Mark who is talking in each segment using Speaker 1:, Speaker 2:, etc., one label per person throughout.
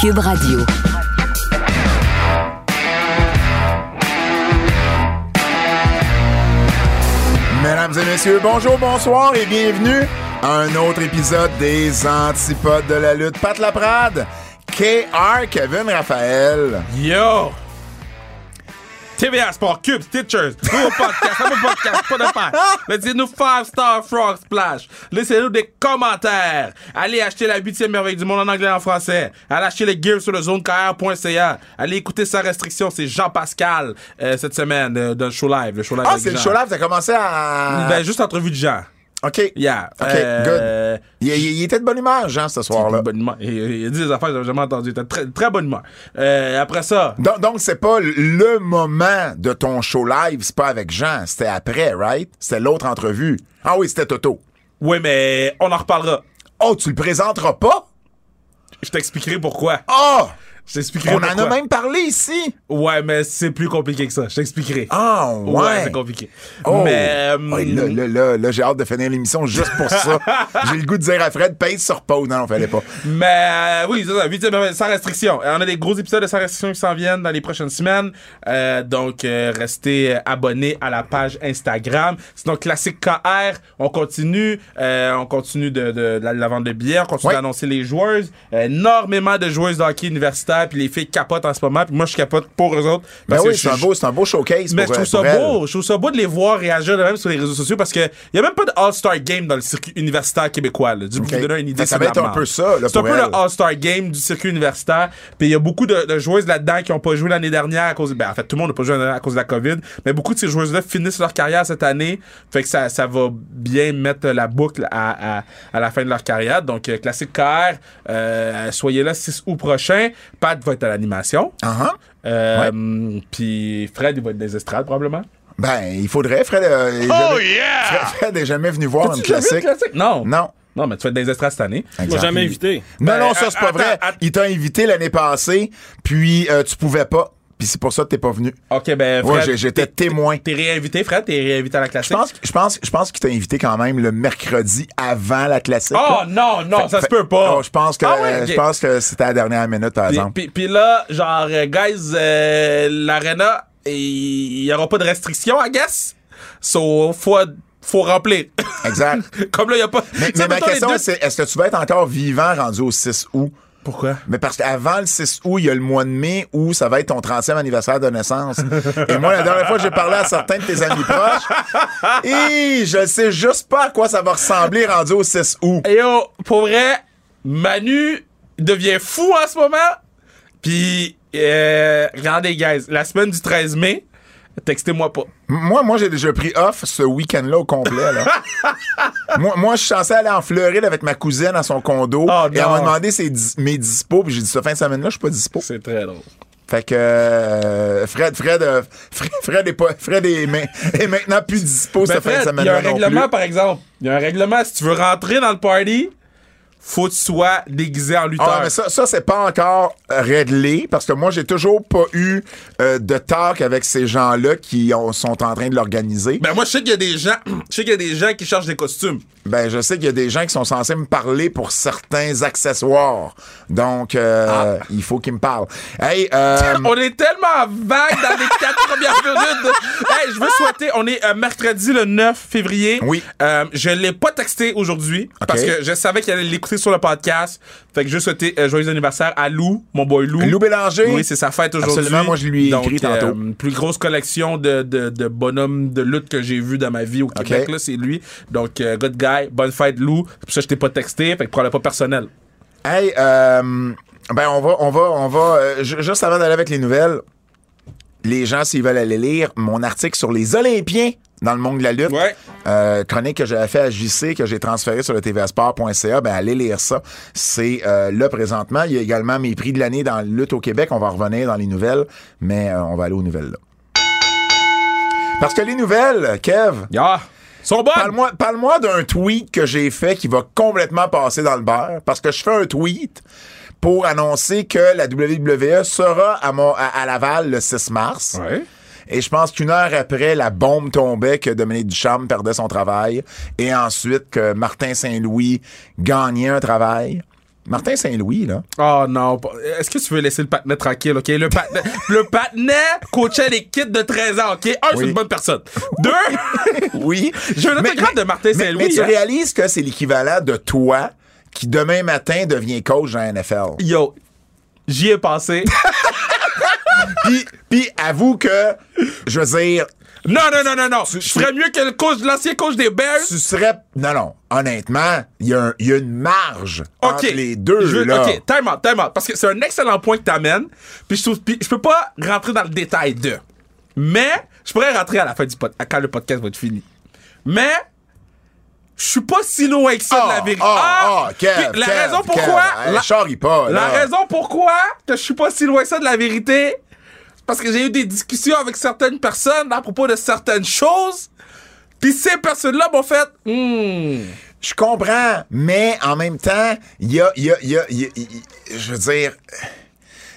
Speaker 1: Cube Radio.
Speaker 2: Mesdames et messieurs, bonjour, bonsoir et bienvenue à un autre épisode des Antipodes de la lutte. Pat Laprade, KR Kevin Raphaël.
Speaker 3: Yo! TVA Sport, Cube, Stitchers, nouveau podcast, nouveau podcast, pas d'affaires. Laissez-nous 5 Star Frog Splash. Laissez-nous des commentaires. Allez acheter la 8 merveille du monde en anglais et en français. Allez acheter les gears sur le zonekr.ca. Allez écouter sa restriction, c'est Jean-Pascal euh, cette semaine euh, dans le show live. Le show live
Speaker 2: Ah,
Speaker 3: avec
Speaker 2: c'est le
Speaker 3: Jean.
Speaker 2: show live, t'as commencé à.
Speaker 3: Ben, juste entrevue de Jean.
Speaker 2: OK.
Speaker 3: Yeah.
Speaker 2: OK,
Speaker 3: Euh,
Speaker 2: good. Il, il- il était de bonne humeur, Jean, ce soir-là.
Speaker 3: Bonne humeur. Il, il a dit des affaires que j'avais jamais entendues. Il était très, très bonne humeur. Euh, après ça,
Speaker 2: Donc, donc, c'est pas le moment de ton show live, c'est pas avec Jean, c'était après, right? C'était l'autre entrevue. Ah oui, c'était Toto.
Speaker 3: oui, mais on en reparlera.
Speaker 2: Oh, tu le présenteras pas?
Speaker 3: Je t'expliquerai pourquoi.
Speaker 2: Ah!
Speaker 3: Je t'expliquerai
Speaker 2: On en
Speaker 3: pourquoi.
Speaker 2: a même parlé ici!
Speaker 3: Ouais, mais c'est plus compliqué que ça. Je t'expliquerai.
Speaker 2: Ah,
Speaker 3: ouais.
Speaker 2: ouais.
Speaker 3: c'est compliqué.
Speaker 2: Oh!
Speaker 3: Mais. euh,
Speaker 2: Ouais, là, là, là, là, j'ai hâte de finir l'émission juste pour ça. j'ai le goût de dire à Fred, paye sur pause. Non, non, fallait pas.
Speaker 3: Mais euh, oui, c'est ça, huitième, euh, sans restriction. Euh, On a des gros épisodes de sans restriction qui s'en viennent dans les prochaines semaines. Euh, donc, euh, restez euh, abonnés à la page Instagram. Sinon, Classique KR, on continue. Euh, on continue de, de- de la, de la vente de bières. On continue
Speaker 2: Ouais.
Speaker 3: d'annoncer les joueuses. Euh, énormément de joueuses de hockey universitaire. Puis les filles capotent en ce moment. Puis moi, je capote pour eux autres.
Speaker 2: Ben
Speaker 3: parce que
Speaker 2: oui,
Speaker 3: je-
Speaker 2: c'est un, beau- c'est un beau showcase.
Speaker 3: Mais je
Speaker 2: pour,
Speaker 3: trouve
Speaker 2: euh, pour
Speaker 3: ça
Speaker 2: elle.
Speaker 3: beau. Je trouve ça beau de les voir réagir de même sur les réseaux sociaux parce qu'il n'y a même pas de All-Star Game dans le circuit universitaire québécois. là. Du coup,
Speaker 2: Ok.
Speaker 3: vous donner une
Speaker 2: Ça,
Speaker 3: idée.
Speaker 2: ça va
Speaker 3: c'est de la
Speaker 2: être un
Speaker 3: merde.
Speaker 2: peu ça, là,
Speaker 3: C'est un
Speaker 2: pour
Speaker 3: peu
Speaker 2: elle.
Speaker 3: le All-Star Game du circuit universitaire. Puis il y a beaucoup de, de joueuses là-dedans qui n'ont pas joué l'année dernière à cause. Ben, en fait, tout le monde n'a pas joué l'année dernière à cause de la COVID. Mais beaucoup de ces joueuses-là finissent leur carrière cette année. Fait que ça, ça va bien mettre la boucle à, à, à la fin de leur carrière. Donc, euh, classique KR, euh, soyez là 6 août prochain. Pat va être à l'animation.
Speaker 2: Ah, ah.
Speaker 3: Euh, Puis Fred, il va être des estrades probablement.
Speaker 2: Ben, il faudrait. Fred, euh, est
Speaker 4: Oh
Speaker 2: jamais- Fred,
Speaker 4: yeah!
Speaker 2: Fred est jamais venu voir un classique.
Speaker 3: Non.
Speaker 2: Non.
Speaker 3: Non, mais tu vas être des estrades cette année.
Speaker 2: Exact.
Speaker 5: jamais invité.
Speaker 2: Non,
Speaker 3: Ben,
Speaker 2: non, ça, c'est pas
Speaker 3: attends,
Speaker 2: vrai.
Speaker 3: attends.
Speaker 2: Il t'a invité l'année passée, puis euh, tu pouvais pas. Puis c'est pour ça que t'es pas venu.
Speaker 3: Ok, ben
Speaker 2: Ouais,
Speaker 3: Fred.
Speaker 2: j'ai- j'étais
Speaker 3: t'es-
Speaker 2: témoin.
Speaker 3: T'es réinvité, Fred, t'es réinvité à la
Speaker 2: Je
Speaker 3: classique.
Speaker 2: pense, je pense, je pense qu'il t'a invité quand même le mercredi avant la classique.
Speaker 3: Oh
Speaker 2: là.
Speaker 3: non, non, ça
Speaker 2: Fait-
Speaker 3: se peut pas.
Speaker 2: Oh, je pense que,
Speaker 3: Ah ouais,
Speaker 2: je
Speaker 3: ok.
Speaker 2: pense que c'était la dernière minute, par
Speaker 3: Puis-
Speaker 2: exemple.
Speaker 3: Puis, puis là, genre, euh, guys, euh, l'arena, il n'y aura pas de restrictions, I guess. So, faut, faut remplir.
Speaker 2: Exact.
Speaker 3: Comme là, il n'y a pas.
Speaker 2: Mais,
Speaker 3: Tu
Speaker 2: mais
Speaker 3: sais,
Speaker 2: ma
Speaker 3: mettons, les
Speaker 2: question,
Speaker 3: deux-
Speaker 2: c'est est-ce que tu vas être encore vivant rendu au 6 août?
Speaker 3: Pourquoi?
Speaker 2: Mais parce qu'avant le 6 août, il y a le mois de mai où ça va être ton 30e anniversaire de naissance. Et moi, la dernière fois, j'ai parlé à certains de tes amis proches. Et je sais juste pas à quoi ça va ressembler rendu au 6 août.
Speaker 3: Et oh, pour vrai, Manu devient fou en ce moment. Puis, euh, regardez, guys, la semaine du 13 mai, textez-moi pas.
Speaker 2: Moi, moi, j'ai déjà pris off ce week-end-là au complet. là. moi, moi, je suis censé aller en Floride avec ma cousine à son condo.
Speaker 3: Oh,
Speaker 2: et elle m'a
Speaker 3: non.
Speaker 2: demandé ses dis- mes dispos. Puis j'ai dit, ce fin de semaine-là, je suis pas dispo.
Speaker 3: C'est très drôle.
Speaker 2: Fait que euh, Fred, Fred, euh, Fred, Fred est pas, Fred est, main- est maintenant plus dispo
Speaker 3: Ben,
Speaker 2: cette fin de
Speaker 3: Fred, il y a un
Speaker 2: semaine-là non
Speaker 3: règlement,
Speaker 2: plus.
Speaker 3: par exemple. Il y a un règlement, si tu veux rentrer dans le party, faut que tu sois déguisé en lutteur.
Speaker 2: Ah, mais ça, ça c'est pas encore réglé parce que moi, j'ai toujours pas eu euh, de talk avec ces gens-là qui ont- sont en train de l'organiser.
Speaker 3: Ben moi je sais qu'il y a des gens, je sais qu'il y a des gens qui cherchent des costumes.
Speaker 2: Ben, je sais qu'il y a des gens qui sont censés me parler pour certains accessoires. Donc, euh, il faut qu'ils me parlent. Hey, euh,
Speaker 3: Ah. On est tellement vague dans les quatre premières minutes. de- Hey, je veux souhaiter, on est euh, mercredi le 9 février.
Speaker 2: Oui.
Speaker 3: Euh, je l'ai pas texté aujourd'hui parce que je savais qu'il allait l'écouter sur le podcast. Fait que je veux souhaiter euh, joyeux anniversaire à Lou, mon boy Lou.
Speaker 2: Lou Bélanger.
Speaker 3: Oui, c'est sa fête aujourd'hui. euh,
Speaker 2: Absolument, moi, je lui ai écrit tantôt.
Speaker 3: plus grosse collection de, de, de bonhommes de lutte que j'ai vu dans ma vie au Québec, là, c'est lui. Donc, euh, good guy, bonne fête Lou. C'est pour ça que je t'ai pas texté, fait que prends-le pas personnel.
Speaker 2: Hey, euh, ben on va, on va, on va. euh, ju- juste avant d'aller avec les nouvelles, les gens, s'ils veulent aller lire mon article sur les Olympiens dans le monde de la lutte,
Speaker 3: Ouais.
Speaker 2: euh, chronique que j'avais fait à JC, que j'ai transféré sur le tvsport.ca, ben allez lire ça. C'est euh, là présentement. Il y a également mes prix de l'année dans la lutte au Québec. On va en revenir dans les nouvelles, mais euh, on va aller aux nouvelles là. Parce que les nouvelles, Kev,
Speaker 3: Yeah. Ils sont bonnes.
Speaker 2: Parle-moi parle-moi d'un tweet que j'ai fait qui va complètement passer dans le beurre parce que je fais un tweet pour annoncer que la WWE sera à, mon, à, à Laval le 6 mars.
Speaker 3: Ouais.
Speaker 2: Et je pense qu'une heure après, la bombe tombait que Dominique Ducharme perdait son travail et ensuite que Martin Saint-Louis gagnait un travail. Martin Saint-Louis, là.
Speaker 3: Oh non. pas- Est-ce que tu veux laisser le patinet tranquille, OK? Le patinet, le patinet coachait les kids de 13 ans, OK? Un, c'est
Speaker 2: Oui.
Speaker 3: une bonne personne. Deux,
Speaker 2: Oui.
Speaker 3: j'ai un
Speaker 2: Mais-
Speaker 3: autographe de Martin
Speaker 2: mais- Mais
Speaker 3: Saint-Louis.
Speaker 2: tu
Speaker 3: hein.
Speaker 2: réalises que c'est l'équivalent de toi qui demain matin devient coach dans la NFL.
Speaker 3: Yo, j'y ai pensé.
Speaker 2: Puis, puis avoue que, je veux dire,
Speaker 3: non, non, non, non, non. Je ferais mieux que le coach, l'ancien coach des Bears.
Speaker 2: tu serais. Non, non. Honnêtement, il y, a un- il y a une marge
Speaker 3: OK.
Speaker 2: entre les deux.
Speaker 3: Je veux-
Speaker 2: là.
Speaker 3: OK, time out, time out. Parce que c'est un excellent point que t'amènes. Puis je, trouve, puis je peux pas rentrer dans le détail de. Mais je pourrais rentrer à la fin du podcast, quand le podcast va être fini. Mais je suis pas si loin que ça de
Speaker 2: Ah,
Speaker 3: la vérité.
Speaker 2: ah, ah, Kev,
Speaker 3: puis la
Speaker 2: Kev,
Speaker 3: raison
Speaker 2: Kev, eh,
Speaker 3: pourquoi.
Speaker 2: hey,
Speaker 3: la-
Speaker 2: charrie pas,
Speaker 3: La
Speaker 2: là.
Speaker 3: raison pourquoi que je suis pas si loin que ça de la vérité, c'est parce que j'ai eu des discussions avec certaines personnes à propos de certaines choses. Puis ces personnes-là m'ont fait. Hmm.
Speaker 2: Je comprends, mais en même temps, il y a. il y a- il y a- il y a- il- il- je veux dire.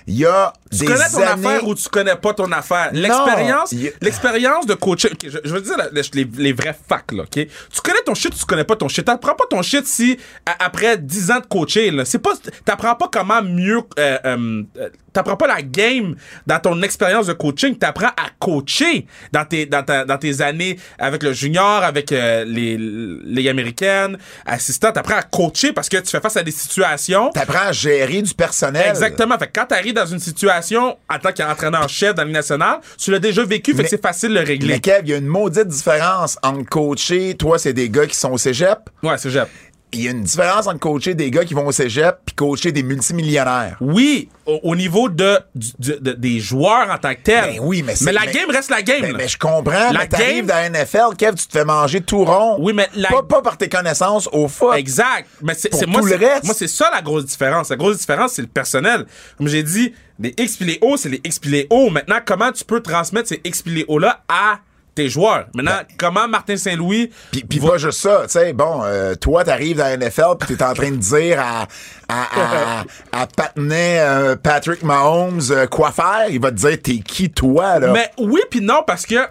Speaker 2: Il y a
Speaker 3: Tu
Speaker 2: des
Speaker 3: connais ton
Speaker 2: années-
Speaker 3: affaire ou tu connais pas ton affaire. L'expérience,
Speaker 2: il y a-
Speaker 3: l'expérience de coacher. ok, je, je veux dire la- les, les, les vrais facts là. Ok, tu connais ton shit, ou tu connais pas ton shit. T'apprends pas ton shit si à- après 10 ans de coacher là, c'est pas. T'apprends pas comment mieux. Euh, euh, euh, t'apprends pas la game dans ton expérience de coaching. T'apprends à coacher dans tes dans, ta- dans tes années avec le junior, avec euh, les les américaines, assistant. T'apprends à coacher parce que tu fais face à des situations.
Speaker 2: T'apprends à gérer du personnel.
Speaker 3: Exactement. Fait que quand t'arrives dans une situation en tant qu'entraîneur-chef dans la Ligue nationale, tu l'as déjà vécu, fait
Speaker 2: Mais-
Speaker 3: que c'est facile de le régler.
Speaker 2: Mais Kev, il y a une maudite différence entre coacher, toi, c'est des gars qui sont au cégep.
Speaker 3: Ouais, c'est Jep.
Speaker 2: Il y a une différence entre coacher des gars qui vont au cégep puis coacher des multimillionnaires.
Speaker 3: Oui, au, au niveau de, du- du- de- des joueurs en tant que tels.
Speaker 2: Ben oui, mais c'est-
Speaker 3: la
Speaker 2: mais-
Speaker 3: game reste la game.
Speaker 2: Mais,
Speaker 3: là.
Speaker 2: mais Ben, je comprends,
Speaker 3: La
Speaker 2: mais t'arrives
Speaker 3: game-
Speaker 2: dans la NFL, Kev, tu te fais manger tout rond.
Speaker 3: Oui, mais la-
Speaker 2: pas, pas par tes connaissances au foot.
Speaker 3: Exact. Mais c'est
Speaker 2: Pour
Speaker 3: c'est- moi,
Speaker 2: tout le
Speaker 3: c'est-
Speaker 2: reste.
Speaker 3: moi, c'est ça la grosse différence. La grosse différence, c'est le personnel. Comme j'ai dit, les X puis les O, c'est les X puis les O. Maintenant, comment tu peux transmettre ces X puis les O-là à tes joueurs? Maintenant, comment Martin Saint-Louis
Speaker 2: Ben, Puis, puis pas juste ça, tu sais, bon, euh, toi, t'arrives dans la NFL, puis t'es en train de dire à, à, à, à Patnay, euh, Patrick Mahomes euh, quoi faire, il va te dire t'es qui toi, là.
Speaker 3: Mais oui puis non, parce que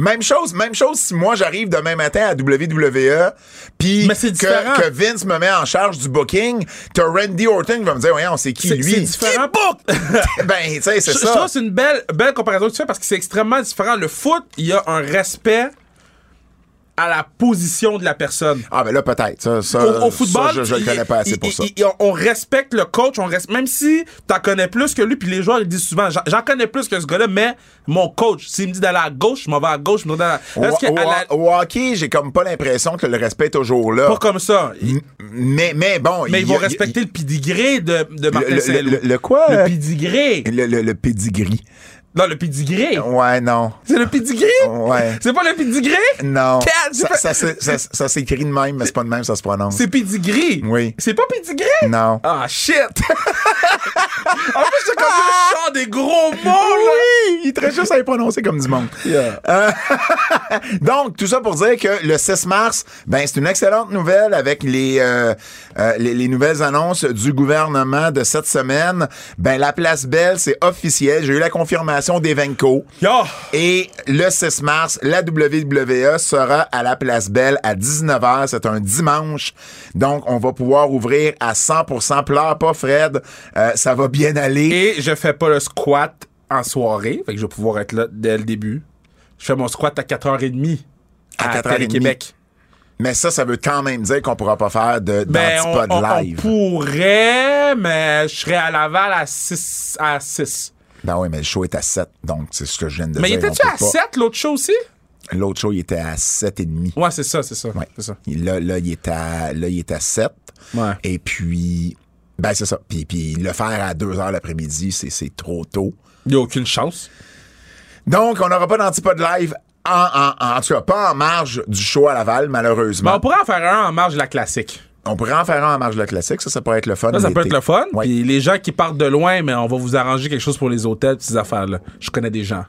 Speaker 2: Même chose, même chose si moi j'arrive demain matin à WWE, puis
Speaker 3: Mais c'est
Speaker 2: que,
Speaker 3: différent.
Speaker 2: que Vince me met en charge du booking, t'as Randy Orton qui va me dire, voyons, c'est qui
Speaker 3: C'est-
Speaker 2: lui?
Speaker 3: c'est différent.
Speaker 2: Qui book? ben, tu sais, c'est
Speaker 3: Je- Je trouve
Speaker 2: ça.
Speaker 3: que c'est une belle, belle comparaison que tu fais parce que c'est extrêmement différent. Le foot, il y a un respect à la position de la personne.
Speaker 2: Ah, ben là, peut-être. Ça, ça,
Speaker 3: Au, au
Speaker 2: ça,
Speaker 3: football,
Speaker 2: je, je le
Speaker 3: il-
Speaker 2: connais pas assez
Speaker 3: il-
Speaker 2: pour ça.
Speaker 3: il- il- on- on respecte le coach, on reste, même si t'en connais plus que lui, puis les joueurs ils disent souvent, j'en- j'en connais plus que ce gars-là, mais mon coach, s'il me dit d'aller à gauche, je m'en vais à gauche, je m'en vais à
Speaker 2: Au,
Speaker 3: Parce que à
Speaker 2: au-
Speaker 3: la-
Speaker 2: au hockey, j'ai comme pas l'impression que le respect est toujours là.
Speaker 3: pas comme ça.
Speaker 2: M- Mais, mais bon.
Speaker 3: Mais ils
Speaker 2: il y a-
Speaker 3: vont respecter le pedigree de, de
Speaker 2: le,
Speaker 3: Martin
Speaker 2: le,
Speaker 3: Saint-Louis.
Speaker 2: le- le quoi?
Speaker 3: Le
Speaker 2: euh,
Speaker 3: pedigree.
Speaker 2: Le, le, le pedigree.
Speaker 3: Non, le pedigree.
Speaker 2: Ouais, non.
Speaker 3: C'est le pedigree?
Speaker 2: Ouais.
Speaker 3: C'est pas le pedigree?
Speaker 2: Non.
Speaker 3: Quatre,
Speaker 2: Ça,
Speaker 3: c'est
Speaker 2: ça, s'é- ça, ça s'écrit de même, mais c'est pas de même, ça se prononce.
Speaker 3: C'est pedigree.
Speaker 2: Oui.
Speaker 3: C'est pas pedigree?
Speaker 2: Non.
Speaker 3: Ah, shit! en plus, c'est comme le chant des gros mots, là!
Speaker 2: Oui! Il serait juste à les prononcer comme du monde. Euh, donc, tout ça pour dire que le 6 mars, ben, c'est une excellente nouvelle avec les, euh, euh, les, les nouvelles annonces du gouvernement de cette semaine. Ben, la place Belle, c'est officiel. J'ai eu la confirmation d'Evenco.
Speaker 3: Yo!
Speaker 2: Et le 6 mars, la WWE sera à la Place Belle à 19h. C'est un dimanche. Donc, on va pouvoir ouvrir à 100%. Pleure pas, Fred. Euh, ça va bien aller.
Speaker 3: Et je fais pas le squat en soirée, fait que je vais pouvoir être là dès le début. Je fais mon squat à 4h30
Speaker 2: À
Speaker 3: à,
Speaker 2: 4h30.
Speaker 3: Québec.
Speaker 2: Mais ça, ça veut quand même dire qu'on pourra pas faire de
Speaker 3: Ben, on,
Speaker 2: d'antipode
Speaker 3: on- on
Speaker 2: live.
Speaker 3: pourrait, mais je serais à Laval à 6. À 6.
Speaker 2: Ben oui, mais le show est à 7. Donc, c'est ce que je viens de
Speaker 3: Mais
Speaker 2: dire.
Speaker 3: étais-tu
Speaker 2: On peut
Speaker 3: à
Speaker 2: pas-
Speaker 3: 7 l'autre show aussi?
Speaker 2: L'autre show, il était à 7,5.
Speaker 3: Ouais, c'est ça, c'est ça.
Speaker 2: Ouais.
Speaker 3: C'est ça.
Speaker 2: Là, là, il est à, là, il est à 7.
Speaker 3: Ouais.
Speaker 2: Et puis, ben, c'est ça. Puis, puis le faire à 2 heures l'après-midi, c'est, c'est trop tôt.
Speaker 3: Il y a aucune chance.
Speaker 2: Donc, on n'aura pas d'antipode live. En, en, en, en tout cas, pas en marge du show à Laval,
Speaker 3: Ben,
Speaker 2: malheureusement.
Speaker 3: on pourrait en faire un en marge de la classique.
Speaker 2: On pourrait en faire un en marge de la classique, ça, ça pourrait être le fun.
Speaker 3: Ça, ça peut
Speaker 2: l'été.
Speaker 3: être le fun.
Speaker 2: Ouais.
Speaker 3: Puis les gens qui partent de loin, mais on va vous arranger quelque chose pour les hôtels, pis ces affaires-là. Je connais des gens.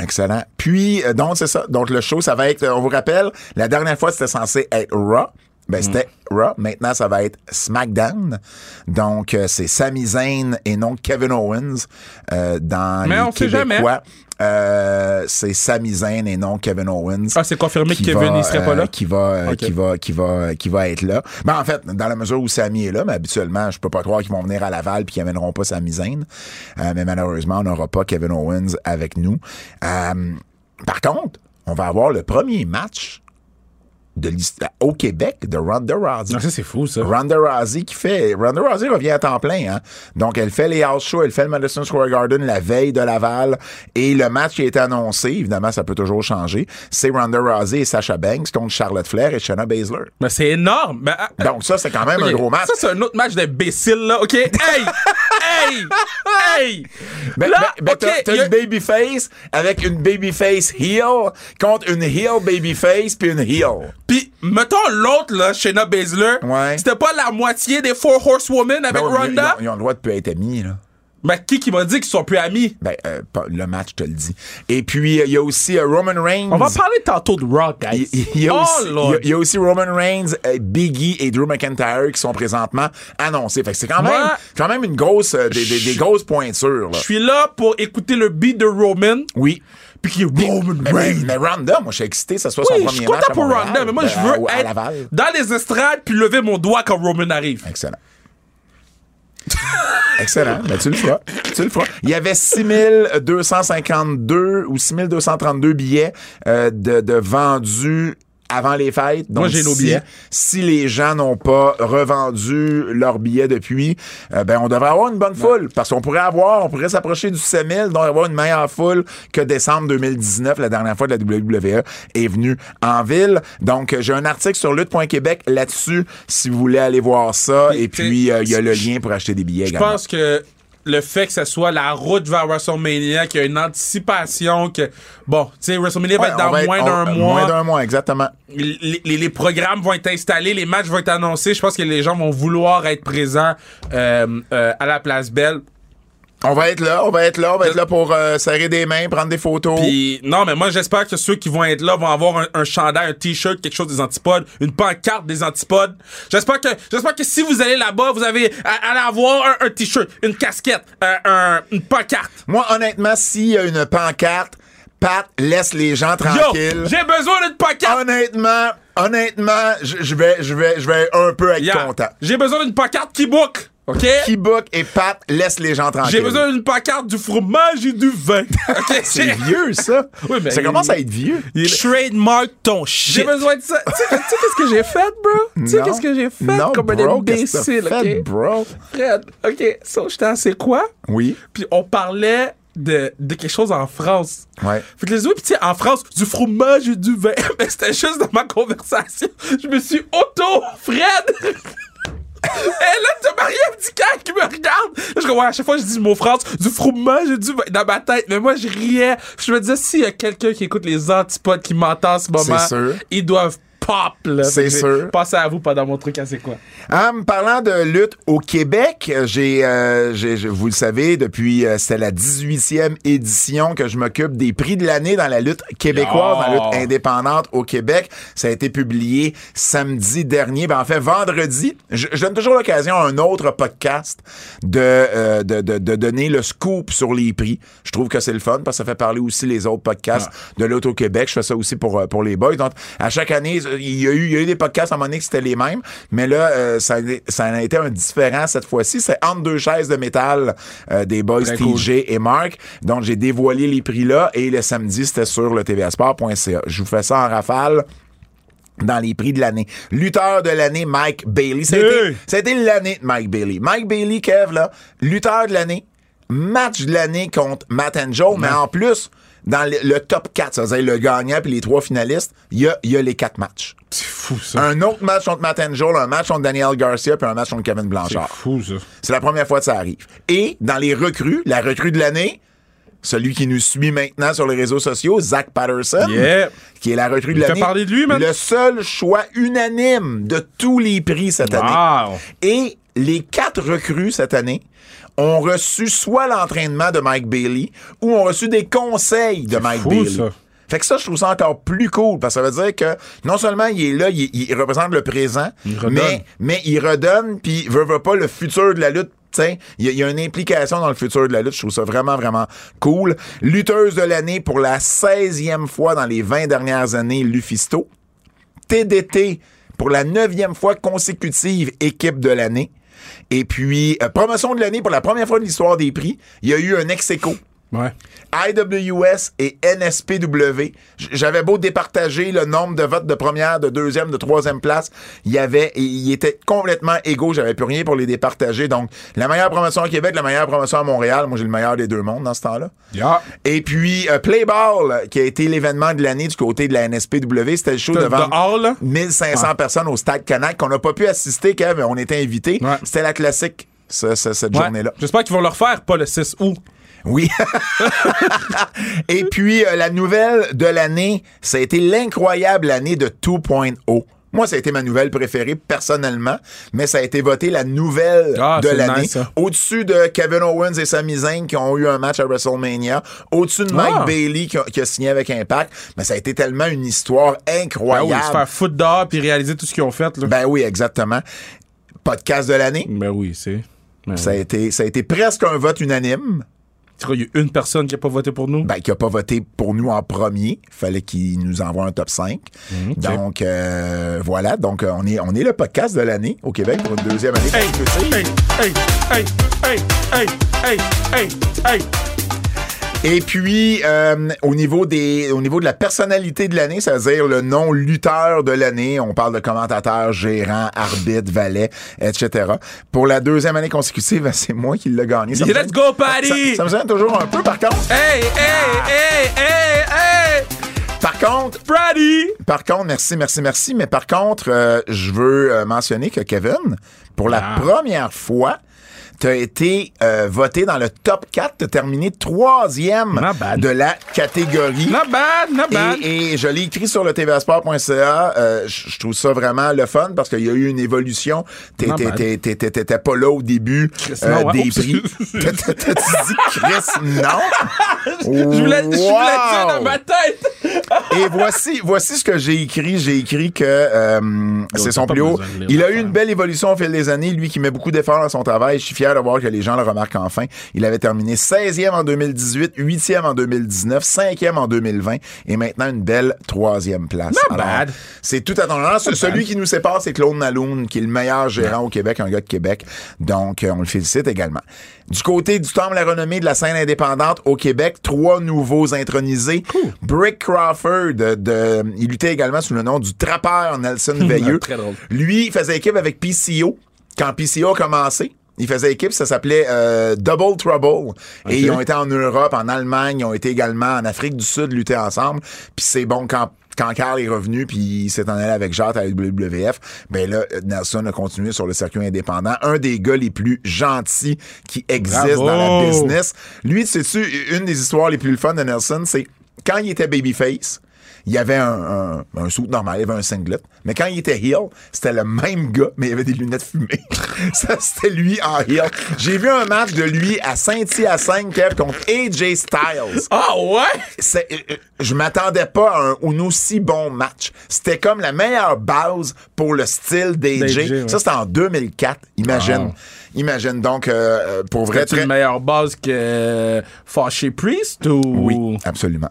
Speaker 2: Excellent. Puis, euh, donc, c'est ça. Donc, le show, ça va être, euh, on vous rappelle, la dernière fois, c'était censé être Raw.
Speaker 3: Hmm.
Speaker 2: Ben, c'était Raw. Maintenant, ça va être SmackDown. Donc, euh, c'est Sami Zayn et non Kevin Owens euh, dans
Speaker 3: Mais
Speaker 2: les
Speaker 3: on sait jamais.
Speaker 2: Québécois. Euh, c'est Sami Zayn et non Kevin Owens.
Speaker 3: Ah, c'est confirmé que
Speaker 2: qui
Speaker 3: Kevin,
Speaker 2: va,
Speaker 3: il serait pas
Speaker 2: euh,
Speaker 3: là?
Speaker 2: Qui va, euh,
Speaker 3: Ok.
Speaker 2: qui va, qui va, qui va être là. Ben, en fait, dans la mesure où Samy est là, mais habituellement, je peux pas croire qu'ils vont venir à Laval puis qu'ils amèneront pas Samy Zayn. Euh, mais malheureusement, on n'aura pas Kevin Owens avec nous. Euh, par contre, on va avoir le premier match de l'histoire au Québec de Ronda Rousey.
Speaker 3: Non, ça, c'est fou, ça.
Speaker 2: Ronda Rousey qui fait. Ronda Rousey revient à temps plein. Hein? Donc, elle fait les house shows, elle fait le Madison Square Garden la veille de Laval. Et le match qui a été annoncé, évidemment, ça peut toujours changer, c'est Ronda Rousey et Sasha Banks contre Charlotte Flair et Shayna Baszler.
Speaker 3: Mais c'est énorme. Ben, ah,
Speaker 2: Donc, ça, c'est quand même
Speaker 3: ok.
Speaker 2: un gros match.
Speaker 3: Ça, c'est un autre match d'imbécile, là. OK? Hey! hey! Hey!
Speaker 2: Ben,
Speaker 3: là,
Speaker 2: ben, ben,
Speaker 3: OK,
Speaker 2: t'as- t'as
Speaker 3: il y a-
Speaker 2: une babyface avec une babyface heel contre une heel babyface puis une heel.
Speaker 3: Puis, mettons l'autre, là, Shayna Baszler.
Speaker 2: Ouais.
Speaker 3: C'était pas la moitié des Four Horsewomen avec
Speaker 2: Ben, ils-
Speaker 3: Ronda?
Speaker 2: Ils, ont, ils ont le droit de plus être amis, là.
Speaker 3: Mais qui qui m'a dit qu'ils sont plus amis?
Speaker 2: Ben, euh, pas- le match, te le dit. Et puis, euh, il y a aussi euh, Roman Reigns.
Speaker 3: On va parler tantôt de Rock,
Speaker 2: Il
Speaker 3: guys.
Speaker 2: il- il y, a
Speaker 3: oh,
Speaker 2: aussi,
Speaker 3: Lord.
Speaker 2: il y a- il y a aussi Roman Reigns, euh, Biggie et Drew McIntyre qui sont présentement annoncés. Fait que c'est quand même,
Speaker 3: Moi-
Speaker 2: quand même une grosse, euh, des, des- des grosses pointures. là.
Speaker 3: Je suis là pour écouter le beat de Roman.
Speaker 2: Oui.
Speaker 3: Puis qui est Roman
Speaker 2: Mais, mais,
Speaker 3: Reigns.
Speaker 2: mais Ronda, moi, je suis excité, que ce soit son
Speaker 3: Oui, je suis
Speaker 2: premier match.
Speaker 3: content
Speaker 2: à
Speaker 3: pour
Speaker 2: Montréal,
Speaker 3: Ronda, mais moi,
Speaker 2: euh,
Speaker 3: je veux
Speaker 2: à- à
Speaker 3: être
Speaker 2: Laval.
Speaker 3: dans les estrades puis lever mon doigt quand Roman arrive.
Speaker 2: Excellent. Excellent. Ben, tu le feras. Tu le feras. Il y avait 6252 ou 6232 billets euh, de, de vendus avant les fêtes. Donc,
Speaker 3: Moi, j'ai nos
Speaker 2: si-
Speaker 3: billets.
Speaker 2: Si les gens n'ont pas revendu leurs billets depuis, euh, ben, on devrait avoir une bonne foule. Parce qu'on pourrait avoir, on pourrait s'approcher du 7000, donc avoir une meilleure foule que décembre 2019, la dernière fois que la WWE est venue en ville. Donc, euh, j'ai un article sur lutte.québec là-dessus, si vous voulez aller voir ça. Et
Speaker 3: tu
Speaker 2: puis,
Speaker 3: sais,
Speaker 2: euh, il y a le lien pour acheter des billets
Speaker 3: Je
Speaker 2: également.
Speaker 3: pense que le fait que ça soit la route vers WrestleMania, qu'il y a une anticipation, que bon, tu sais, WrestleMania va
Speaker 2: Ouais,
Speaker 3: être
Speaker 2: on
Speaker 3: dans
Speaker 2: va être-
Speaker 3: moins
Speaker 2: on-
Speaker 3: d'un
Speaker 2: Moins
Speaker 3: mois.
Speaker 2: d'un mois, exactement.
Speaker 3: Les, les- les programmes vont être installés, les matchs vont être annoncés. Je pense que les gens vont vouloir être présents euh, euh, à la place Belle.
Speaker 2: On va être là, on va être là, on va être là pour euh, serrer des mains, prendre des photos.
Speaker 3: Puis non, mais moi j'espère que ceux qui vont être là vont avoir un, un chandail, un t-shirt, quelque chose des antipodes, une pancarte des antipodes. J'espère que j'espère que si vous allez là-bas, vous avez à, allez avoir un, un t-shirt, une casquette, un- un- une pancarte.
Speaker 2: Moi, honnêtement, s'il y a une pancarte, Pat, laisse les gens
Speaker 3: Yo,
Speaker 2: tranquilles.
Speaker 3: j'ai besoin d'une pancarte.
Speaker 2: honnêtement, honnêtement, je je vais, je vais, je vais un peu être
Speaker 3: Yeah.
Speaker 2: content.
Speaker 3: J'ai besoin d'une pancarte qui book. OK?
Speaker 2: Qui book et Pat, laisse les gens tranquilles.
Speaker 3: J'ai besoin d'une pancarte du fromage et du vin. OK?
Speaker 2: C'est vieux, ça.
Speaker 3: Oui, mais
Speaker 2: ça
Speaker 3: il-
Speaker 2: commence à être vieux.
Speaker 4: Trademark ton
Speaker 3: J'ai
Speaker 4: shit.
Speaker 3: besoin de ça. Tu sais, tu sais qu'est-ce que j'ai fait, bro? Tu sais
Speaker 2: Non.
Speaker 3: qu'est-ce que j'ai fait
Speaker 2: Non,
Speaker 3: comme un
Speaker 2: bro, qu'est-ce que t'as
Speaker 3: imbécile,
Speaker 2: fait,
Speaker 3: OK?
Speaker 2: bro?
Speaker 3: Fred, OK, so, j'étais assez quoi?
Speaker 2: Oui.
Speaker 3: puis on parlait de, de quelque chose en France.
Speaker 2: Ouais.
Speaker 3: Fait que les autres, puis tu sais, en France, du fromage et du vin. Mais c'était juste dans ma conversation. Je me suis auto, Fred! Et là, tu marié un petit gars qui me regarde. Là, je comprends, à chaque fois, je dis le mot France, du fromage et du vin dans ma tête. Mais moi, je riais. Je me disais, s'il y a quelqu'un qui écoute les antipodes qui m'entend en ce moment,
Speaker 2: C'est sûr.
Speaker 3: ils doivent pop, là.
Speaker 2: C'est
Speaker 3: Fait que j'ai
Speaker 2: sûr.
Speaker 3: Pensez à vous pendant mon truc, à c'est quoi?
Speaker 2: Ah, En me parlant de lutte au Québec, euh, j'ai, euh, j'ai- je- vous le savez, depuis euh, c'était la 18e édition que je m'occupe des prix de l'année dans la lutte québécoise, dans la lutte indépendante au Québec. Ça a été publié samedi dernier, ben en fait vendredi. Je, je donne toujours l'occasion à un autre podcast de, euh, de, de- de donner le scoop sur les prix. Je trouve que c'est le fun parce que ça fait parler aussi les autres podcasts de lutte au Québec. Je fais ça aussi pour, euh, pour les boys. Donc, à chaque année, il y a eu, il y a eu des podcasts à un moment donné que c'était les mêmes, mais là, euh, ça, a- ça en a été un différent cette fois-ci. C'est entre deux chaises de métal euh, des boys TJ et Mark. Donc, j'ai dévoilé les prix là et le samedi, c'était sur le tvsport.ca. Je vous fais ça en rafale dans les prix de l'année. Lutteur de l'année, Mike Bailey. Ça a
Speaker 3: Yeah.
Speaker 2: été- ça a été l'année de Mike Bailey. Mike Bailey, Kev, là, lutteur de l'année, match de l'année contre Matt and Joe, mais en plus, dans le, le top 4, ça veut dire le gagnant puis les trois finalistes, il y a, il y a les quatre matchs.
Speaker 3: C'est fou, ça.
Speaker 2: Un autre match contre Matt and Joe, un match contre Daniel Garcia, puis un match contre Kevin Blanchard.
Speaker 3: fou, ça.
Speaker 2: C'est la première fois que ça arrive. Et dans les recrues, la recrue de l'année, celui qui nous suit maintenant sur les réseaux sociaux, Zach Patterson,
Speaker 3: Yeah.
Speaker 2: qui est la recrue de
Speaker 3: Il fait
Speaker 2: l'année.
Speaker 3: parler de lui, man.
Speaker 2: Le seul choix unanime de tous les prix cette année.
Speaker 3: Wow.
Speaker 2: Et les quatre recrues cette année ont reçu soit l'entraînement de Mike Bailey ou ont reçu des conseils de Mike
Speaker 3: fou,
Speaker 2: Bailey.
Speaker 3: ça.
Speaker 2: Fait que ça, je trouve ça encore plus cool parce que ça veut dire que non seulement il est là, il, il représente le présent,
Speaker 3: redonne.
Speaker 2: mais, mais il redonne puis veut, veut pas le futur de la lutte. Tu sais, Il y, a- il y a une implication dans le futur de la lutte. Je trouve ça vraiment, vraiment cool. Lutteuse de l'année pour la 16e fois dans les 20 dernières années, Lufisto. TDT pour la neuvième fois consécutive équipe de l'année. Et puis, euh, promotion de l'année pour la première fois de l'histoire des prix. Il y a eu un ex-écho.
Speaker 3: Ouais.
Speaker 2: IWS et NSPW. J- J'avais beau départager le nombre de votes de première, de deuxième, de troisième place. Il y avait, il était complètement égaux. J'avais plus rien pour les départager. Donc, la meilleure promotion à Québec, la meilleure promotion à Montréal. Moi, j'ai le meilleur des deux mondes dans ce temps-là.
Speaker 3: Yeah.
Speaker 2: Et puis, euh, Play Ball, euh, qui a été l'événement de l'année du côté de la NSPW, c'était le show
Speaker 3: C'était
Speaker 2: devant
Speaker 3: dehors, là?
Speaker 2: 1500 personnes au Stade Canac, qu'on n'a pas pu assister, Kev, mais on était invités.
Speaker 3: Ouais.
Speaker 2: C'était la classique, ce- ce- cette
Speaker 3: Ouais.
Speaker 2: journée-là.
Speaker 3: J'espère qu'ils vont le refaire, pas le 6 août.
Speaker 2: Oui. Et puis, euh, la nouvelle de l'année, ça a été l'incroyable année de 2.0. Moi, ça a été ma nouvelle préférée personnellement, mais ça a été voté la nouvelle
Speaker 3: Ah,
Speaker 2: de
Speaker 3: c'est
Speaker 2: l'année.
Speaker 3: nice, ça.
Speaker 2: Au-dessus de Kevin Owens et Sami Zayn qui ont eu un match à WrestleMania. Au-dessus de Mike
Speaker 3: Ah.
Speaker 2: Bailey qui a, qui a signé avec Impact. Mais ça a été tellement une histoire
Speaker 3: Ah oui,
Speaker 2: incroyable.
Speaker 3: se faire foutre dehors puis réaliser tout ce qu'ils ont fait. Là.
Speaker 2: ben oui, exactement. Podcast de l'année.
Speaker 3: Ben oui, c'est. Ben
Speaker 2: Ça a, été, ça a été presque un vote unanime.
Speaker 3: oui. Il y a une personne qui n'a pas voté pour nous.
Speaker 2: ben, qui a pas voté pour nous en premier. Fallait qu'il nous envoie un top 5.
Speaker 3: Mm-hmm.
Speaker 2: Donc, euh, voilà. Donc, euh, on est, on est le podcast de l'année au Québec pour une deuxième année.
Speaker 3: Hey, hey, hey, hey, hey, hey, hey, hey, hey.
Speaker 2: Et puis, euh, au, niveau des, au niveau de la personnalité de l'année, c'est-à-dire le nom lutteur de l'année, on parle de commentateur, gérant, arbitre, valet, etc. Pour la deuxième année consécutive, c'est moi qui l'ai gagné. Ça me
Speaker 3: Let's
Speaker 2: gêne-
Speaker 3: go,
Speaker 2: ça-
Speaker 3: Paris!
Speaker 2: ça me gêne toujours un peu, par contre.
Speaker 3: Hey, hey, hey, hey, hey!
Speaker 2: Par contre,
Speaker 3: Brady!
Speaker 2: Par contre, merci, merci, merci. Mais par contre, euh, je veux euh, mentionner que Kevin, pour la
Speaker 3: Ah.
Speaker 2: première fois, t'as été euh, voté dans le top 4, t'as terminé troisième
Speaker 3: Not bad.
Speaker 2: de la catégorie.
Speaker 3: Not bad, not bad.
Speaker 2: Et, et je l'ai écrit sur le tvsport.ca. euh, je je trouve ça vraiment le fun parce qu'il y a eu une évolution. T'es-
Speaker 3: Not
Speaker 2: t'es-
Speaker 3: bad.
Speaker 2: t'es- t'es- t'es- T'étais pas là au début euh,
Speaker 3: non, ouais,
Speaker 2: des
Speaker 3: oups.
Speaker 2: prix. T'as t'as- t'as dit Chris, non?
Speaker 3: Je voulais, je voulais dire
Speaker 2: Wow!
Speaker 3: dans ma tête!
Speaker 2: Et voici, voici ce que j'ai écrit. J'ai écrit que euh, c'est son
Speaker 3: pas
Speaker 2: plus haut.
Speaker 3: besoin de lire
Speaker 2: Il a
Speaker 3: la
Speaker 2: eu une
Speaker 3: fin.
Speaker 2: belle évolution au fil des années. Lui qui met beaucoup d'efforts dans son travail. Je suis fier de voir que les gens le remarquent enfin. Il avait terminé 16e en 2018, 8e en 2019, 5e en 2020 et maintenant une belle troisième place.
Speaker 3: Not bad.
Speaker 2: C'est tout à ton honneur. Ce- Celui qui nous sépare, c'est Claude Naloun, qui est le meilleur gérant au Québec, un gars de Québec. Donc, euh, on le félicite également. Du côté du temple à la renommée de la scène indépendante au Québec, trois nouveaux intronisés. Brick Crawford, de, de- il luttait également sous le nom du trappeur Nelson Veilleux.
Speaker 3: Très drôle.
Speaker 2: Lui, il faisait équipe avec PCO. Quand PCO a commencé, il faisait équipe, ça s'appelait euh, Double Trouble. Et ils ont été en Europe, en Allemagne, ils ont été également en Afrique du Sud lutter ensemble. Puis c'est bon quand quand Carl est revenu puis il s'est en allé avec Jart à la WWF, ben là Nelson a continué sur le circuit indépendant, un des gars les plus gentils qui existent dans la
Speaker 3: Bravo!
Speaker 2: business. Yes. Lui, tu sais-tu, une des histoires les plus fun de Nelson, c'est quand il était babyface, il avait un, un, un suit normal, il avait un singlet. Mais quand il était heel, c'était le même gars, mais il avait des lunettes fumées. Ça, c'était lui en heel. J'ai vu un match de lui à Saint-Hyacinthe Kev, contre AJ Styles.
Speaker 3: Ah ouais?
Speaker 2: C'est- euh, euh, je m'attendais pas à un, un aussi bon match. C'était comme la meilleure base pour le style d'AJ.
Speaker 3: D'AJ, ouais.
Speaker 2: Ça, c'était en 2004. Imagine. Imagine. Donc, euh, euh, pour vrai,
Speaker 3: C'est
Speaker 2: très-
Speaker 3: une meilleure base que Fâché Priest ou.
Speaker 2: Oui, absolument.